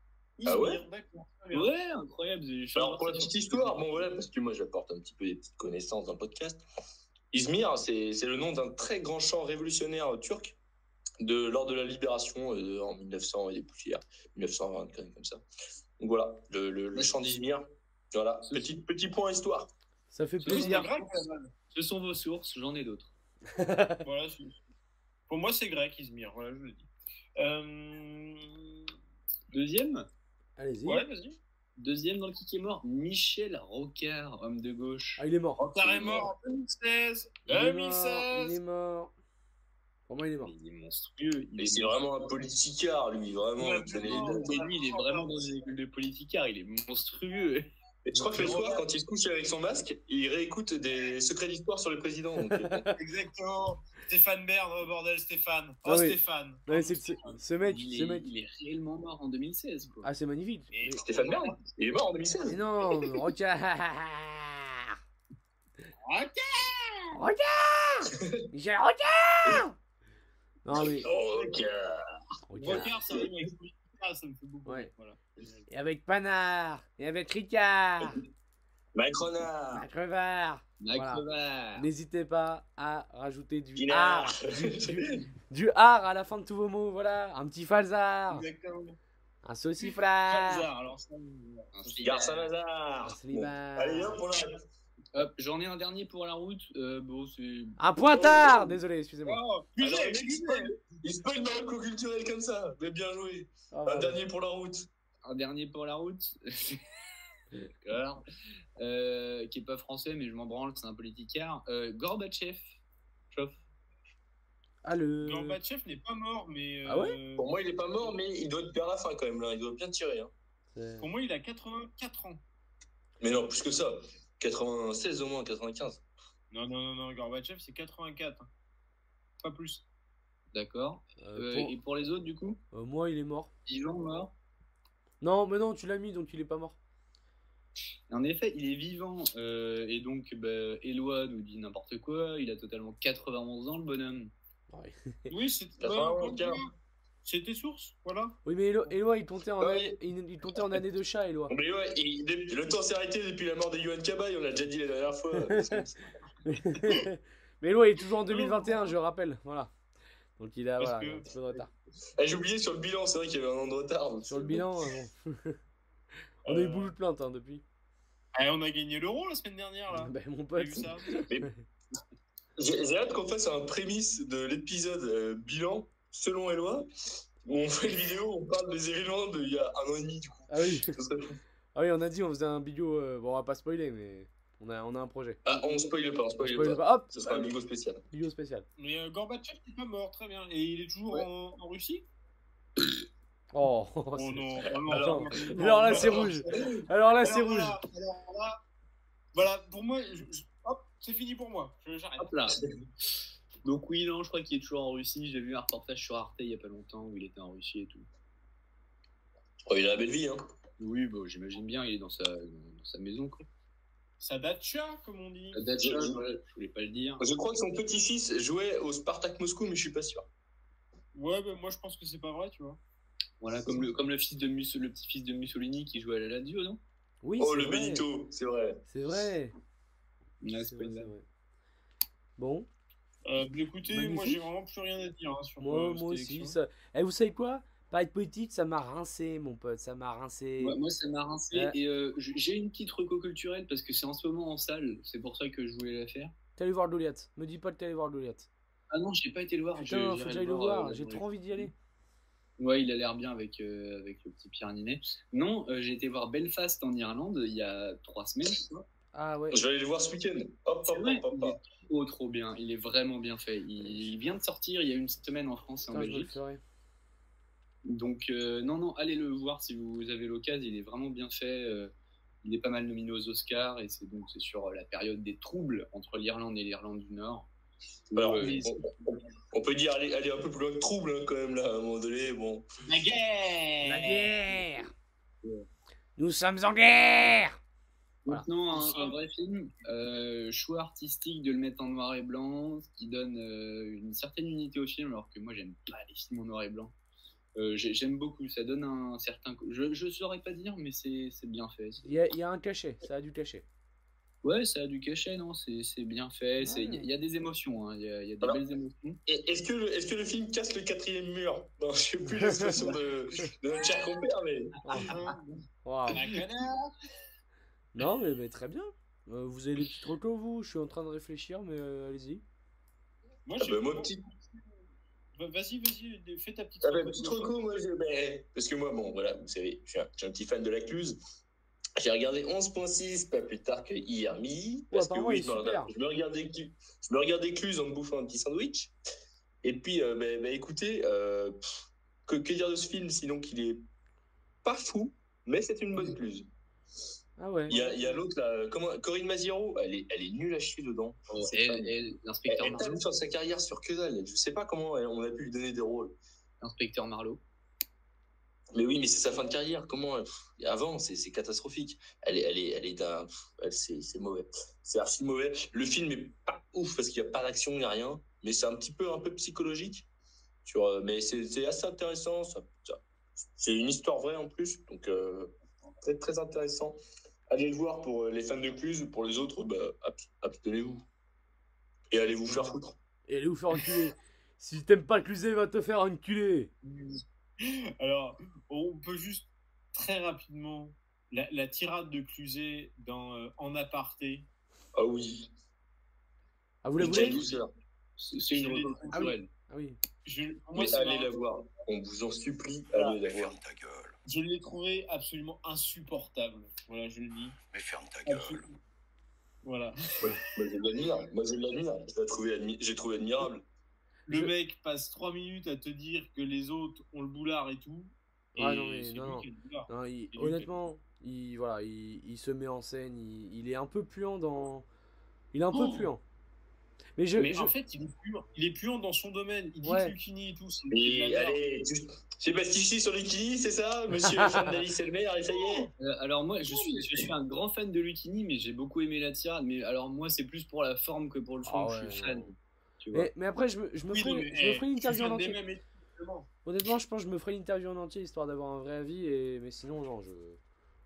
Ah ouais Izmir, d'accord. très bien. Ouais, incroyable. je suis Alors, pour la parti petite dans- histoire, bon voilà, parce que moi j'apporte un petit peu des petites connaissances dans le podcast. Izmir, c'est c'est le nom d'un très grand champ révolutionnaire euh, turc de, lors de la libération euh, en 1900 et des poussières, 1920, quand même, comme ça. Donc voilà, le, le- le champ d'Izmir. Voilà, petit, petit point histoire. Ça fait Ce sont plaisir. des grec, Ce sont vos sources, j'en ai d'autres. Voilà, c'est- pour moi, c'est grec, Izmir, voilà, je le dis. Euh, Deuxième Allez-y. Ouais, vas-y. Deuxième dans le kick est mort, Michel Rocard, homme de gauche. Ah, il est mort. Rocard est mort en 2016. Il est mort. Il est 2016. mort. Vraiment, il est mort. Il est monstrueux. Il Et est c'est monstrueux. vraiment un politicard, lui, vraiment. Ouais, il connaît les vraiment. dates. Et lui, il est vraiment dans une école de politicard, il est monstrueux. Et je crois que le soir, quand il se couche avec son masque, il réécoute des secrets d'histoire sur le président. donc, euh, Exactement. Stéphane Merde, oh bordel, Stéphane. Oh, Ah oui. Stéphane. Ouais, c'est- c'est- ce mec, il, ce est, mec. il est réellement mort en 2016. Quoi. Ah, c'est magnifique. Et- Mais- [LAUGHS] Stéphane Bern, il est mort en 2016. Mais non, Rocard Rocard Michel Rocard Non, mais. Oh, ok. Rocard. Rocard, ça rime avec Politica, ça me fait beaucoup. Ouais. Voilà. Et avec Panard Et avec Ricard Macronard. Crevard Mac Voilà. Revard. N'hésitez pas à rajouter du Pinard. art du, [LAUGHS] du- du art à la fin de tous vos mots, voilà Un petit Ah. falzar Exactement. Un sauciflard Hazard, alors ça. Un Garçon Un Fidel. Lazare. slibard Allez, hop, on l'arrête. Hop, j'en ai un dernier pour la route. Euh, bon, c'est. Un pointard Désolé, excusez-moi. Oh, Alors, putain, le mec, il euh, se pogne- il se pogne dans le coup culturel comme ça. Mais bien joué. Oh, Un voilà. dernier pour la route. Un dernier pour la route. [LAUGHS] D'accord. Euh, qui est pas français, mais je m'en branle, c'est un politicard. Euh, Gorbatchev. Chof. Ah, le... Gorbatchev n'est pas mort, mais. Ah ouais euh, Pour moi, il est pas mort, mais il doit être vers la fin quand même. Là. Il doit bien tirer. hein. c'est- euh, Pour moi, il a 84 ans. Mais non, plus que ça. 96 au moins, 95. Non, non, non, non, Gorbatchev, c'est 84. hein. Pas plus. D'accord. Euh, Euh, pour- Et pour les autres, du coup euh, Moi, il est mort. Vivant, mort. Non, mais non, tu l'as mis, donc il est pas mort. En effet, il est vivant. euh, et donc, bah, Eloi nous dit n'importe quoi. Il a totalement 91 ans, le bonhomme. Oui, c'était. 91, Ouais, C'est tes sources, voilà. Oui, mais Elo- Eloi, il comptait en, Ouais. année- il, il comptait en année de chat, [LAUGHS] Eloi. Mais ouais, il- dé- le temps s'est arrêté depuis la mort de Yohan Cabaye. On l'a déjà dit la [LAUGHS] dernière fois. [LAUGHS] mais Eloi, il est toujours en 2021, je rappelle. Voilà. Donc il a, Parce voilà, que- un petit peu de retard. Ah, J'ai oublié sur le bilan. C'est vrai qu'il y avait un an de retard. donc Sur le c'est- bilan, euh, bon. on a eu Euh, beaucoup de plaintes hein, depuis. Eh, on a gagné l'euro la semaine dernière, là. [LAUGHS] Ben, mon T'as pote. vu ça J'ai j'ai hâte qu'on fasse un prémisse de l'épisode euh, bilan selon Eloi. où On fait une vidéo, on parle des événements d'il y a un an et demi du coup. Ah oui. Ce serait fou. ah oui, on a dit on faisait un bigot. euh, Bon, on va pas spoiler, mais on a, on a un projet. Ah, on spoil pas, on spoil Spoil bah. pas. pas. Hop, Ce sera un bingo spécial. bigot spécial. Mais euh, Gorbatchev n'est pas mort, très bien. Et il est toujours Ouais. en, en Russie Oh, [LAUGHS] Oh c'est- non, vraiment. Alors- [LAUGHS] vraiment. alors là, c'est rouge. Alors là, c'est Alors rouge. là, alors là, voilà, pour moi, je- je- hop, c'est fini pour moi. Je- J'arrête. Hop là. Donc oui, non, je crois qu'il est toujours en Russie. J'ai vu un reportage sur Arte il y a pas longtemps où il était en Russie et tout. Oh, il a la belle vie, hein. Oui, bon, j'imagine bien, il est dans sa, dans sa maison. Quoi. Ça date chat, comme on dit. Euh, Euh, Dacha, je, je voulais pas le dire. Je crois que son petit-fils jouait au Spartak Moscou, mais je suis pas sûr. Ouais, bah, moi je pense que c'est pas vrai, tu vois. Voilà, comme le, comme le, fils de Musso- le petit-fils de Mussolini qui jouait à la Lazio, non Oui, oh, c'est le vrai. Benito, c'est vrai. C'est vrai. C'est Ouais, c'est pas vrai, une c'est blague. vrai. Bon. Euh, bah, écoutez, moi Magnifique. j'ai vraiment plus rien à dire hein, sur Moi, euh, moi cette aussi. élection. Ça... Eh, vous savez quoi Pas être politique, ça m'a rincé, mon pote. Ça m'a rincé. Ouais, moi, ça m'a rincé. Ouais. Et euh, je- j'ai une petite reco culturelle parce que c'est en ce moment en salle. C'est pour ça que je voulais la faire. T'es allé voir Goliath. Me dis pas que t'es allé voir Goliath. Ah non, j'ai pas été le voir. je- Putain, faut j'irai que j'aille le voir. euh, J'ai dans trop envie d'y aller. Ouais, il a l'air bien avec, euh, avec le petit Pierre Ninet. Non, euh, j'ai été voir Belfast en Irlande il y a trois semaines. je crois. Ah ouais. Je vais aller le voir ce week-end. Hop, hop, hop, hop, il hop. est trop, trop bien. Il est vraiment bien fait. Il, il vient de sortir il y a une semaine en France et en Putain, je me le Belgique. ferai. Donc, euh, non, non, allez le voir si vous avez l'occasion. Il est vraiment bien fait. euh, il est pas mal nominé aux Oscars et c'est donc c'est sur euh, la période des troubles entre l'Irlande et l'Irlande du Nord. Où, Alors, euh, ils- on, on peut dire aller, aller un peu plus loin que trouble, hein, quand même, là, à un moment donné. Bon. La guerre La guerre Nous sommes en guerre Voilà. Maintenant, un, un vrai film, euh, choix artistique de le mettre en noir et blanc, ce qui donne euh, une certaine unité au film, alors que moi, j'aime pas les films en noir et blanc. Euh, j'ai- j'aime beaucoup, ça donne un certain. co- Je, je saurais pas dire, mais c'est c'est bien fait. c'est- Il y, a- il y a un cachet, ça a du cachet. Ouais, ça a du cachet, non C'est c'est bien fait. c'est- Il y, a- il y a des émotions, hein, il y, a- il y a des Ah. Alors- belles émotions. Et Est-ce que, le- est-ce que le film casse le quatrième mur Non, je sais [LAUGHS] plus l'expression de, de notre cher compère, mais. Waouh. Un connard Non, mais, mais très bien. Euh, vous avez des petits recos, vous Je suis en train de réfléchir, mais euh, allez-y. Moi, Ah j'ai- bah, moi, petit, Bah, Vas-y, vas-y, fais ta petite ah bah, petit reco, moi, je. mais- Parce que moi, bon, voilà, vous savez, je suis un, je suis un petit fan de la Cluse. J'ai regardé 11.6 pas plus tard que hier midi. Parce que apparemment, il oui, est je me, super. regardais, je, me regardais, Clu- je me regardais Cluse en me bouffant un petit sandwich. Et puis, euh, bah, bah, écoutez, euh, pff, que, que dire de ce film sinon qu'il est pas fou, mais c'est une bonne Cluse. Ah ouais. Il y a, il y a l'autre, là, comment, Corinne Maziro, elle est, elle est nulle à chier dedans. C'est Et- pas- et elle L'inspecteur elle tape Marlowe, sur sa carrière sur que dalle. Je sais pas comment elle- on a pu lui donner des rôles. l'inspecteur Marlowe. Mais oui, mais c'est sa fin de carrière. Comment elle- pff, Avant, c'est c'est catastrophique. Elle est, elle est, elle est d'un, pff, elle- c'est c'est mauvais. C'est archi mauvais. Le film est pas ouf parce qu'il n'y a pas d'action, il n'y a rien. Mais c'est un petit peu, un peu psychologique. Sur, euh, mais c'est c'est assez intéressant. ça- ça- C'est une histoire vraie en plus, donc euh, très très intéressant. Allez le voir pour euh, les fans de Cluse, pour les autres, bah, abs- abstenez-vous et allez vous faire foutre. Et allez vous faire enculer. si t'aimes pas le Cluzet, va te faire enculer. [LAUGHS] Alors, on peut juste très rapidement la, la tirade de Cluzet dans euh, En aparté. Ah oui. Ah, vous la Quelle voulez douceur. C'est c'est Je une l'ai- reco culturelle. Ah oui. Je, pour moi, Mais c'est allez un- la voir. On vous en supplie, Voilà. allez la voir. Ferme ta gueule. je l'ai trouvé absolument insupportable. Voilà, je le dis. Mais ferme ta Ah. gueule. Absolu- Voilà. Moi je l'admire, moi je l'admire. Je l'ai trouvé, admi- j'ai trouvé admirable. Le Je- mec passe trois minutes à te dire que les autres ont le boulard et tout. Et Ah non, mais c'est non, lui non. qui a le boulard. Non, Hein, il- Et lui, honnêtement, il, voilà, il, il se met en scène, il, il est un peu puant dans. Il est un peu Oh. puant. Mais je. Mais je- en fait, il est, puant, il est puant dans son domaine. Il dit Ouais. Lucchini et tout. c'est- c'est de Et la merde. allez, tu- j'ai pastiché sur les kinis, c'est ça [LAUGHS] Monsieur le fan d'Alice Elmer, et ça y est Euh, alors moi, je suis, je suis un grand fan de Lucini, mais j'ai beaucoup aimé la tirade. Mais alors moi, c'est plus pour la forme que pour le Ah fond que ouais, je suis fan. non. Tu vois. mais, mais après, je me, je me Oui, ferai, non, mais, je me eh, ferai une tu interview en viens des entier. mêmes et- Exactement. Honnêtement, je pense que je me ferai une interview en entier histoire d'avoir un vrai avis. Et... Mais sinon, genre, je.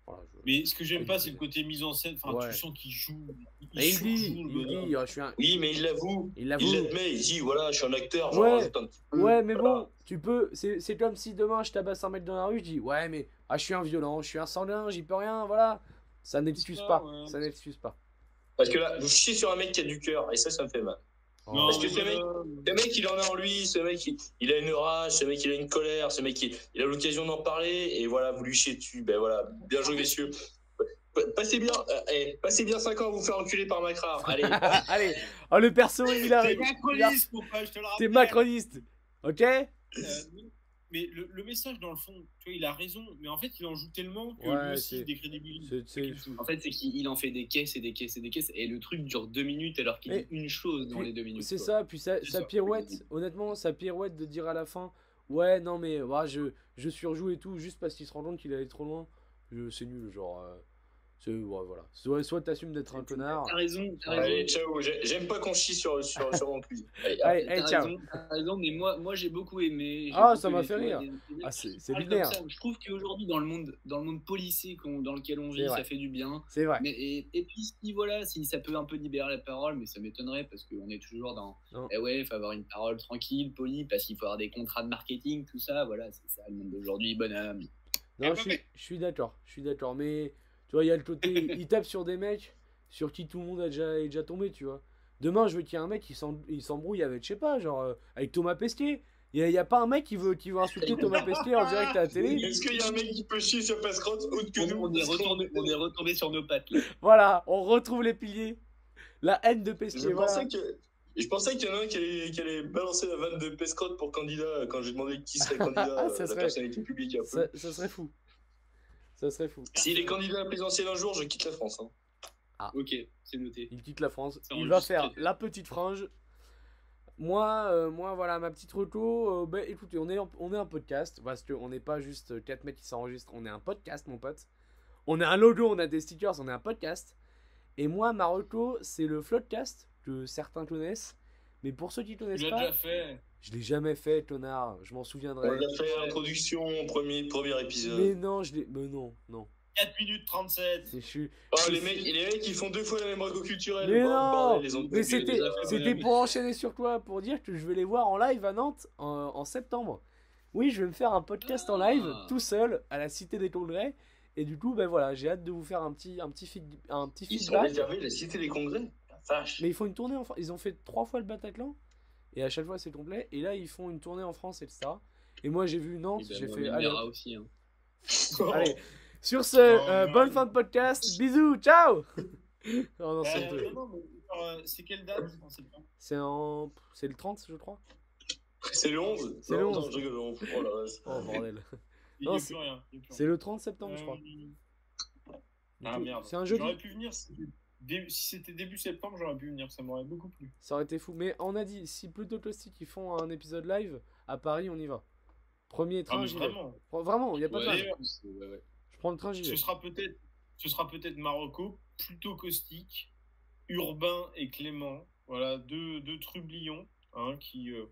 Voilà, je... Mais ce que j'aime pas, c'est le côté mise en scène. Enfin, Ouais. tu sens qu'il joue. Mais Ah, il dit, surjoue le il bonhomme. dit, oh, je suis un. Oui, mais il l'avoue. Il Il l'avoue. l'admet, il dit voilà, je suis un acteur, j'en Ouais. rajoute un petit peu. Ouais, mais Voilà. bon, tu peux. C'est c'est comme si demain je tabasse un mec dans la rue, je dis ouais, mais ah, je suis un violent, je suis un sanguin, j'y peux rien, voilà. Ça n'excuse ça, pas. ouais. Ça n'excuse pas. Parce que là, vous chiez sur un mec qui a du cœur, et ça, ça me fait mal. Non, Parce que mais euh, ce mec, ce mec, il en a en lui, ce mec, il, il a une rage, ce mec, il a une colère, ce mec, il, il a l'occasion d'en parler, et voilà, vous lui chiez dessus. Ben voilà, bien joué, messieurs. P- Passez bien, euh, eh, passez bien 5 ans à vous faire enculer par Macra. Allez. Ah, [LAUGHS] allez, oh, le perso, il T'es arrive. macroniste, mon pote, je te le T'es rappelle. macroniste, ok Euh, mais le, le message, dans le fond, tu vois, il a raison, mais en fait, il en joue tellement que Ouais, lui c'est- aussi, il décrédibilise. C'est- c'est- En fait, c'est qu'il il en fait des caisses et des caisses et des caisses, et le truc dure deux minutes alors qu'il Mais- dit une chose dans puis- les deux minutes. C'est quoi. ça, puis sa, C'est sa ça. pirouette, honnêtement, sa pirouette de dire à la fin ouais, non, mais ouais, je, je surjoue et tout, juste parce qu'il se rend compte qu'il allait trop loin. Je- C'est nul, genre. euh, c'est- ouais, voilà. Soit soit t'assumes d'être un connard. T'as raison, t'as raison. Allez, ciao. j'ai- J'aime pas qu'on chie sur, sur, sur mon [LAUGHS] cul. Allez, Allez, T'as allez, ciao. raison, t'as raison, mais moi, moi j'ai beaucoup aimé. j'ai Ah, beaucoup ça m'a aimé, fait tu vois, rire. des- des- Ah, c'est c'est Ah, comme lunaire, ça, Je trouve qu'aujourd'hui, dans le monde, dans le monde policé qu'on- dans lequel on C'est vit, vrai. ça fait du bien. c'est vrai. Mais, et, et puis si voilà, si ça peut un peu libérer la parole, mais ça m'étonnerait parce qu'on est toujours dans. Non. Eh ouais, faut avoir une parole tranquille, polie, parce qu'il faut avoir des contrats de marketing, tout ça. Voilà, c'est ça le monde d'aujourd'hui, bonhomme. Non, Eh je ben, suis, je suis d'accord, je suis d'accord, mais tu vois, il y a le côté, il tape sur des mecs sur qui tout le monde a déjà, est déjà tombé, tu vois. Demain, je veux qu'il y ait un mec qui s'en- il s'embrouille avec, je sais pas, genre, euh, avec Thomas Pesquet. Il y a- il y a, pas un mec qui veut, qui veut insulter Thomas Pesquet en direct à la télé. Est-ce qu'il y a un mec qui peut chier sur Pascrotte autre que On, nous on est retourné, on est retourné sur nos pattes. là. Voilà, on retrouve les piliers. La haine de Je Pesquet, voilà. pensais que. Je pensais qu'il y en a un qui allait, qui allait balancer la vanne de Pescrotte pour candidat quand j'ai demandé qui [LAUGHS] serait candidat Ah, à ça la serait- personnalité publique. un peu. Ça, ça serait fou. Ça serait fou. S'il est candidat à la présidentielle un jour, je quitte la France. hein. Ok, c'est noté. Il quitte la France. C'est Il va enregistré. faire la petite frange. Moi, euh, moi voilà, ma petite reco. euh, bah, euh, écoutez, on est, en- on est un podcast. Parce qu'on n'est pas juste 4 mecs qui s'enregistrent. On est un podcast, mon pote. On a un logo, on a des stickers, on a un podcast. Et moi, Marocco, c'est le Floodcast que certains connaissent. Mais pour ceux qui Tu connaissent l'as pas, déjà fait. je l'ai jamais fait, connard. Je m'en souviendrai. On a fait l'introduction, premier, premier épisode. Mais non, je l'ai. Mais non, non. 4 minutes 37. C'est- Je suis. Oh, les mecs, les mecs, ils font deux fois la même reco culturelle. Mais Oh, non bordel, les ont- Mais les- c'était, les a fait- c'était pour enchaîner sur toi, pour dire que je vais les voir en live à Nantes en, en septembre. Oui, je vais me faire un podcast en live Ah. tout seul à la Cité des Congrès. Et du coup, ben voilà, j'ai hâte de vous faire un petit, un petit, feed- un petit Ils sont feedback. réservés la cité des congrès. La vache. Mais ils font une tournée en France. Ils ont fait trois fois le Bataclan. Et à chaque fois, c'est complet. Et là, ils font une tournée en France, etc. Et moi, j'ai vu Nantes. Eh ben, j'ai on fait. les [LAUGHS] allez, verra aussi. hein. allez. Sur ce, Oh, euh, non. bonne fin de podcast. Bisous. Ciao [LAUGHS] Oh, non, c'est Euh, honteux. non, non, mais, euh, C'est quelle date On sait pas. C'est en- c'est le 30, je crois. C'est le 11. C'est le Non, 11. non, je rigole, on- oh la vache. Oh, bordel. Il Non, n'y a c'est- plus rien. il y a plus rien. C'est le 30 septembre, je crois. Euh, Du Ah coup, merde. C'est un jeudi. J'aurais pu venir si dé- si c'était début septembre, j'aurais pu venir, ça m'aurait beaucoup plu. Ça aurait été fou. Mais on a dit, si plutôt que Stick, ils font un épisode live, à Paris, on y va. Premier Ah, train, mais j'y vais. vraiment. Fr- Vraiment, il n'y a pas de Ouais, mal. en plus, ouais, ouais. Je prends le train, j'y Ce vais. sera peut-être, ce sera peut-être Marocco, plutôt caustique, Urbain et Clément. Voilà, deux, deux trublions hein, qui, euh,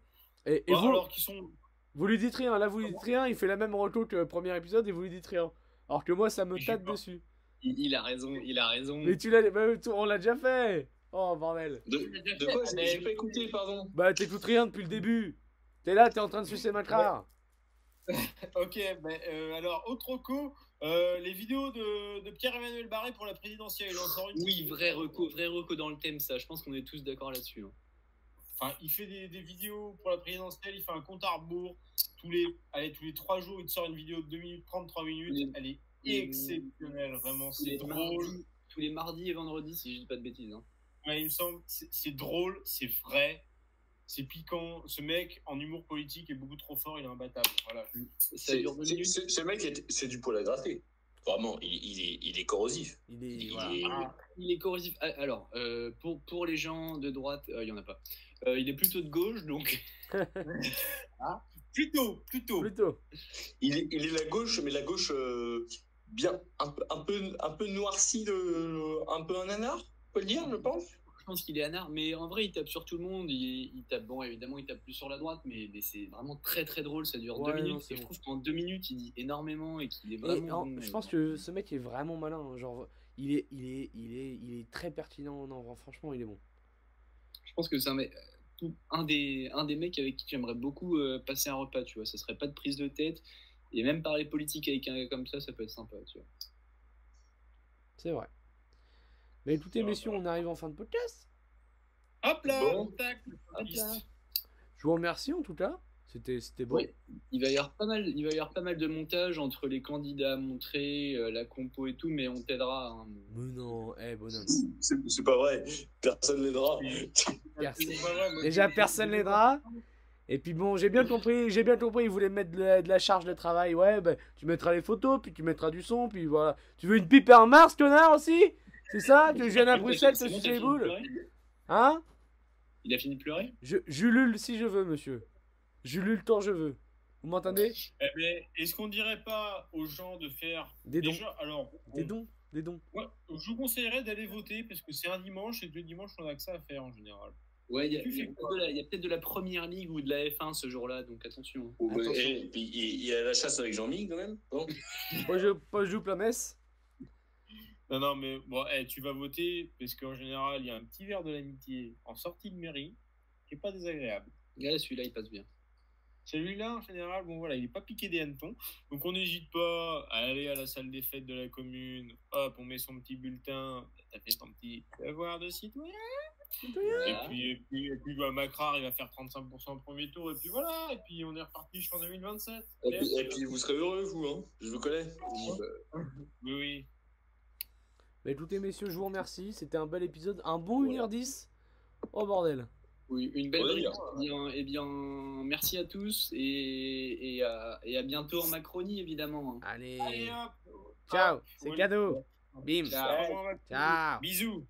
Et, et bon, vous, alors Ah qui sont vous lui dites rien. Là, vous lui dites rien. Il fait la même reco que le premier épisode et vous lui dites rien. Alors que moi, ça me Mais j'ai Mm. tâte peur. dessus. Il, il a raison, il a raison. Mais tu l'as. bah, tu- on l'a déjà fait. Oh, bordel. De, de quoi J'ai j'ai pas écouté, pardon. Bah, t'écoutes rien depuis le début. T'es là, t'es en train de sucer ma crare. Ok, ben, euh, alors, autre co, euh, les vidéos de, de Pierre-Emmanuel Barré pour la présidentielle. il en sort une. Oui, vrai reco, vrai reco dans le thème, ça. Je pense qu'on est tous d'accord là-dessus. hein. Enfin, il fait des, des vidéos pour la présidentielle, il fait un compte à rebours. Tous les, allez, tous les 3 jours, il te sort une vidéo de 2 minutes 30, 3 minutes. Elle est exceptionnelle, vraiment. Tous les C'est drôle. mardis- tous les mardis et vendredis, si je dis pas de bêtises. hein. Ouais, il me semble, c'est c'est drôle, c'est vrai, c'est piquant. Ce mec, en humour politique, est beaucoup trop fort, il est imbattable. Voilà. Ça C'est- dure deux c'est- minutes. c'est- Ce mec, est- c'est du poil à gratter. Vraiment, il, il est, il est corrosif. Il Il, est. il voilà. est- Il est corrosif. Ah, Alors, euh, pour, pour les gens de droite, euh, il y en a pas. Euh, il est plutôt de gauche, [LAUGHS] donc. Ah. Plutôt, plutôt. Plutôt. il est- il est la gauche, mais la gauche euh, bien un, peu- un peu un peu noircie de un peu un nanar, on peut le dire, je pense. Je pense qu'il est anard, mais en vrai, il tape sur tout le monde. Il, il tape, bon, évidemment, il tape plus sur la droite, mais, mais c'est vraiment très très drôle. Ça dure Ouais, deux non, minutes. c'est et je bon. trouve qu'en deux minutes, il dit énormément et qu'il est Et vraiment. en- bon. je pense que ce mec est vraiment malin. hein, Genre, il est, il est, il est, il est très pertinent. Non, franchement, il est bon. Je pense que c'est un, mec- tout- un, des, un des mecs avec qui j'aimerais beaucoup euh, passer un repas, tu vois. Ça serait pas de prise de tête. Et même parler politique avec un gars comme ça, ça peut être sympa, tu vois. C'est vrai. Mais écoutez, Ça va, messieurs, ça va. on arrive en fin de podcast. Hop là, Bon. tac, Hop là. Je vous remercie en tout cas. C'était, c'était bon. Oui. Il va y avoir pas mal, il va y avoir pas mal de montage entre les candidats montrés, euh, la compo et tout, mais on t'aidera. hein. Mais non, eh bonhomme. C'est c'est pas vrai. Personne l'aidera. Personne- C'est pas vrai, moi, Déjà, je- personne l'aidera. Et puis bon, j'ai bien compris, j'ai bien compris, ils voulaient mettre de la, de la charge de travail. Ouais, ben, tu mettras les photos, puis tu mettras du son, puis voilà. Tu veux une pipe en mars, connard aussi C'est ça Tu euh, viens à Bruxelles te C'est bon, sucer t'as les fini de boules pleurer Hein Il a fini de pleurer Je, j'ulule si je veux, monsieur. J'ulule tant je veux. Vous m'entendez Eh ben, Est-ce qu'on dirait pas aux gens de faire Des dons, déjà alors des on- dons, des dons. Ouais, je vous conseillerais d'aller voter parce que c'est un dimanche et le dimanche on a que ça à faire en général. Ouais, il y a, Tu il y a fais peut-être de la- il y a peut-être de la première ligue ou de la F1 ce jour-là, donc attention. Oh, bah, Attention. eh, puis il, il y a la chasse avec Jean-Mi quand même. Bon. Moi, je, moi, je joue la messe. Non non mais bon, eh, tu vas voter parce qu'en général il y a un petit verre de l'amitié en sortie de mairie qui est pas désagréable. hein. Ouais, celui-là, il passe bien. Celui-là en général bon voilà il est pas piqué des hannetons donc on n'hésite pas à aller à la salle des fêtes de la commune. Hop on met son petit bulletin, t'as fait ton petit devoir de citoyen. Bah, Et Voilà. puis, et puis, et puis bah, Macrar, il va faire 35% au premier tour, et puis voilà, et puis on est reparti jusqu'en 2027. Et, puis, et puis, vous serez heureux vous, hein. Je vous connais. Oui, oui. Bah écoutez messieurs, je vous remercie, c'était un bel épisode, un bon Voilà. 1h10. Oh bordel. Oui, une belle Ouais, brique. bien. Eh bien, eh bien, merci à tous et, et à, et à bientôt en Macronie, évidemment. hein. Allez. Allez hop Ciao, c'est oui. cadeau. Bim. Ciao. Ciao. Bisous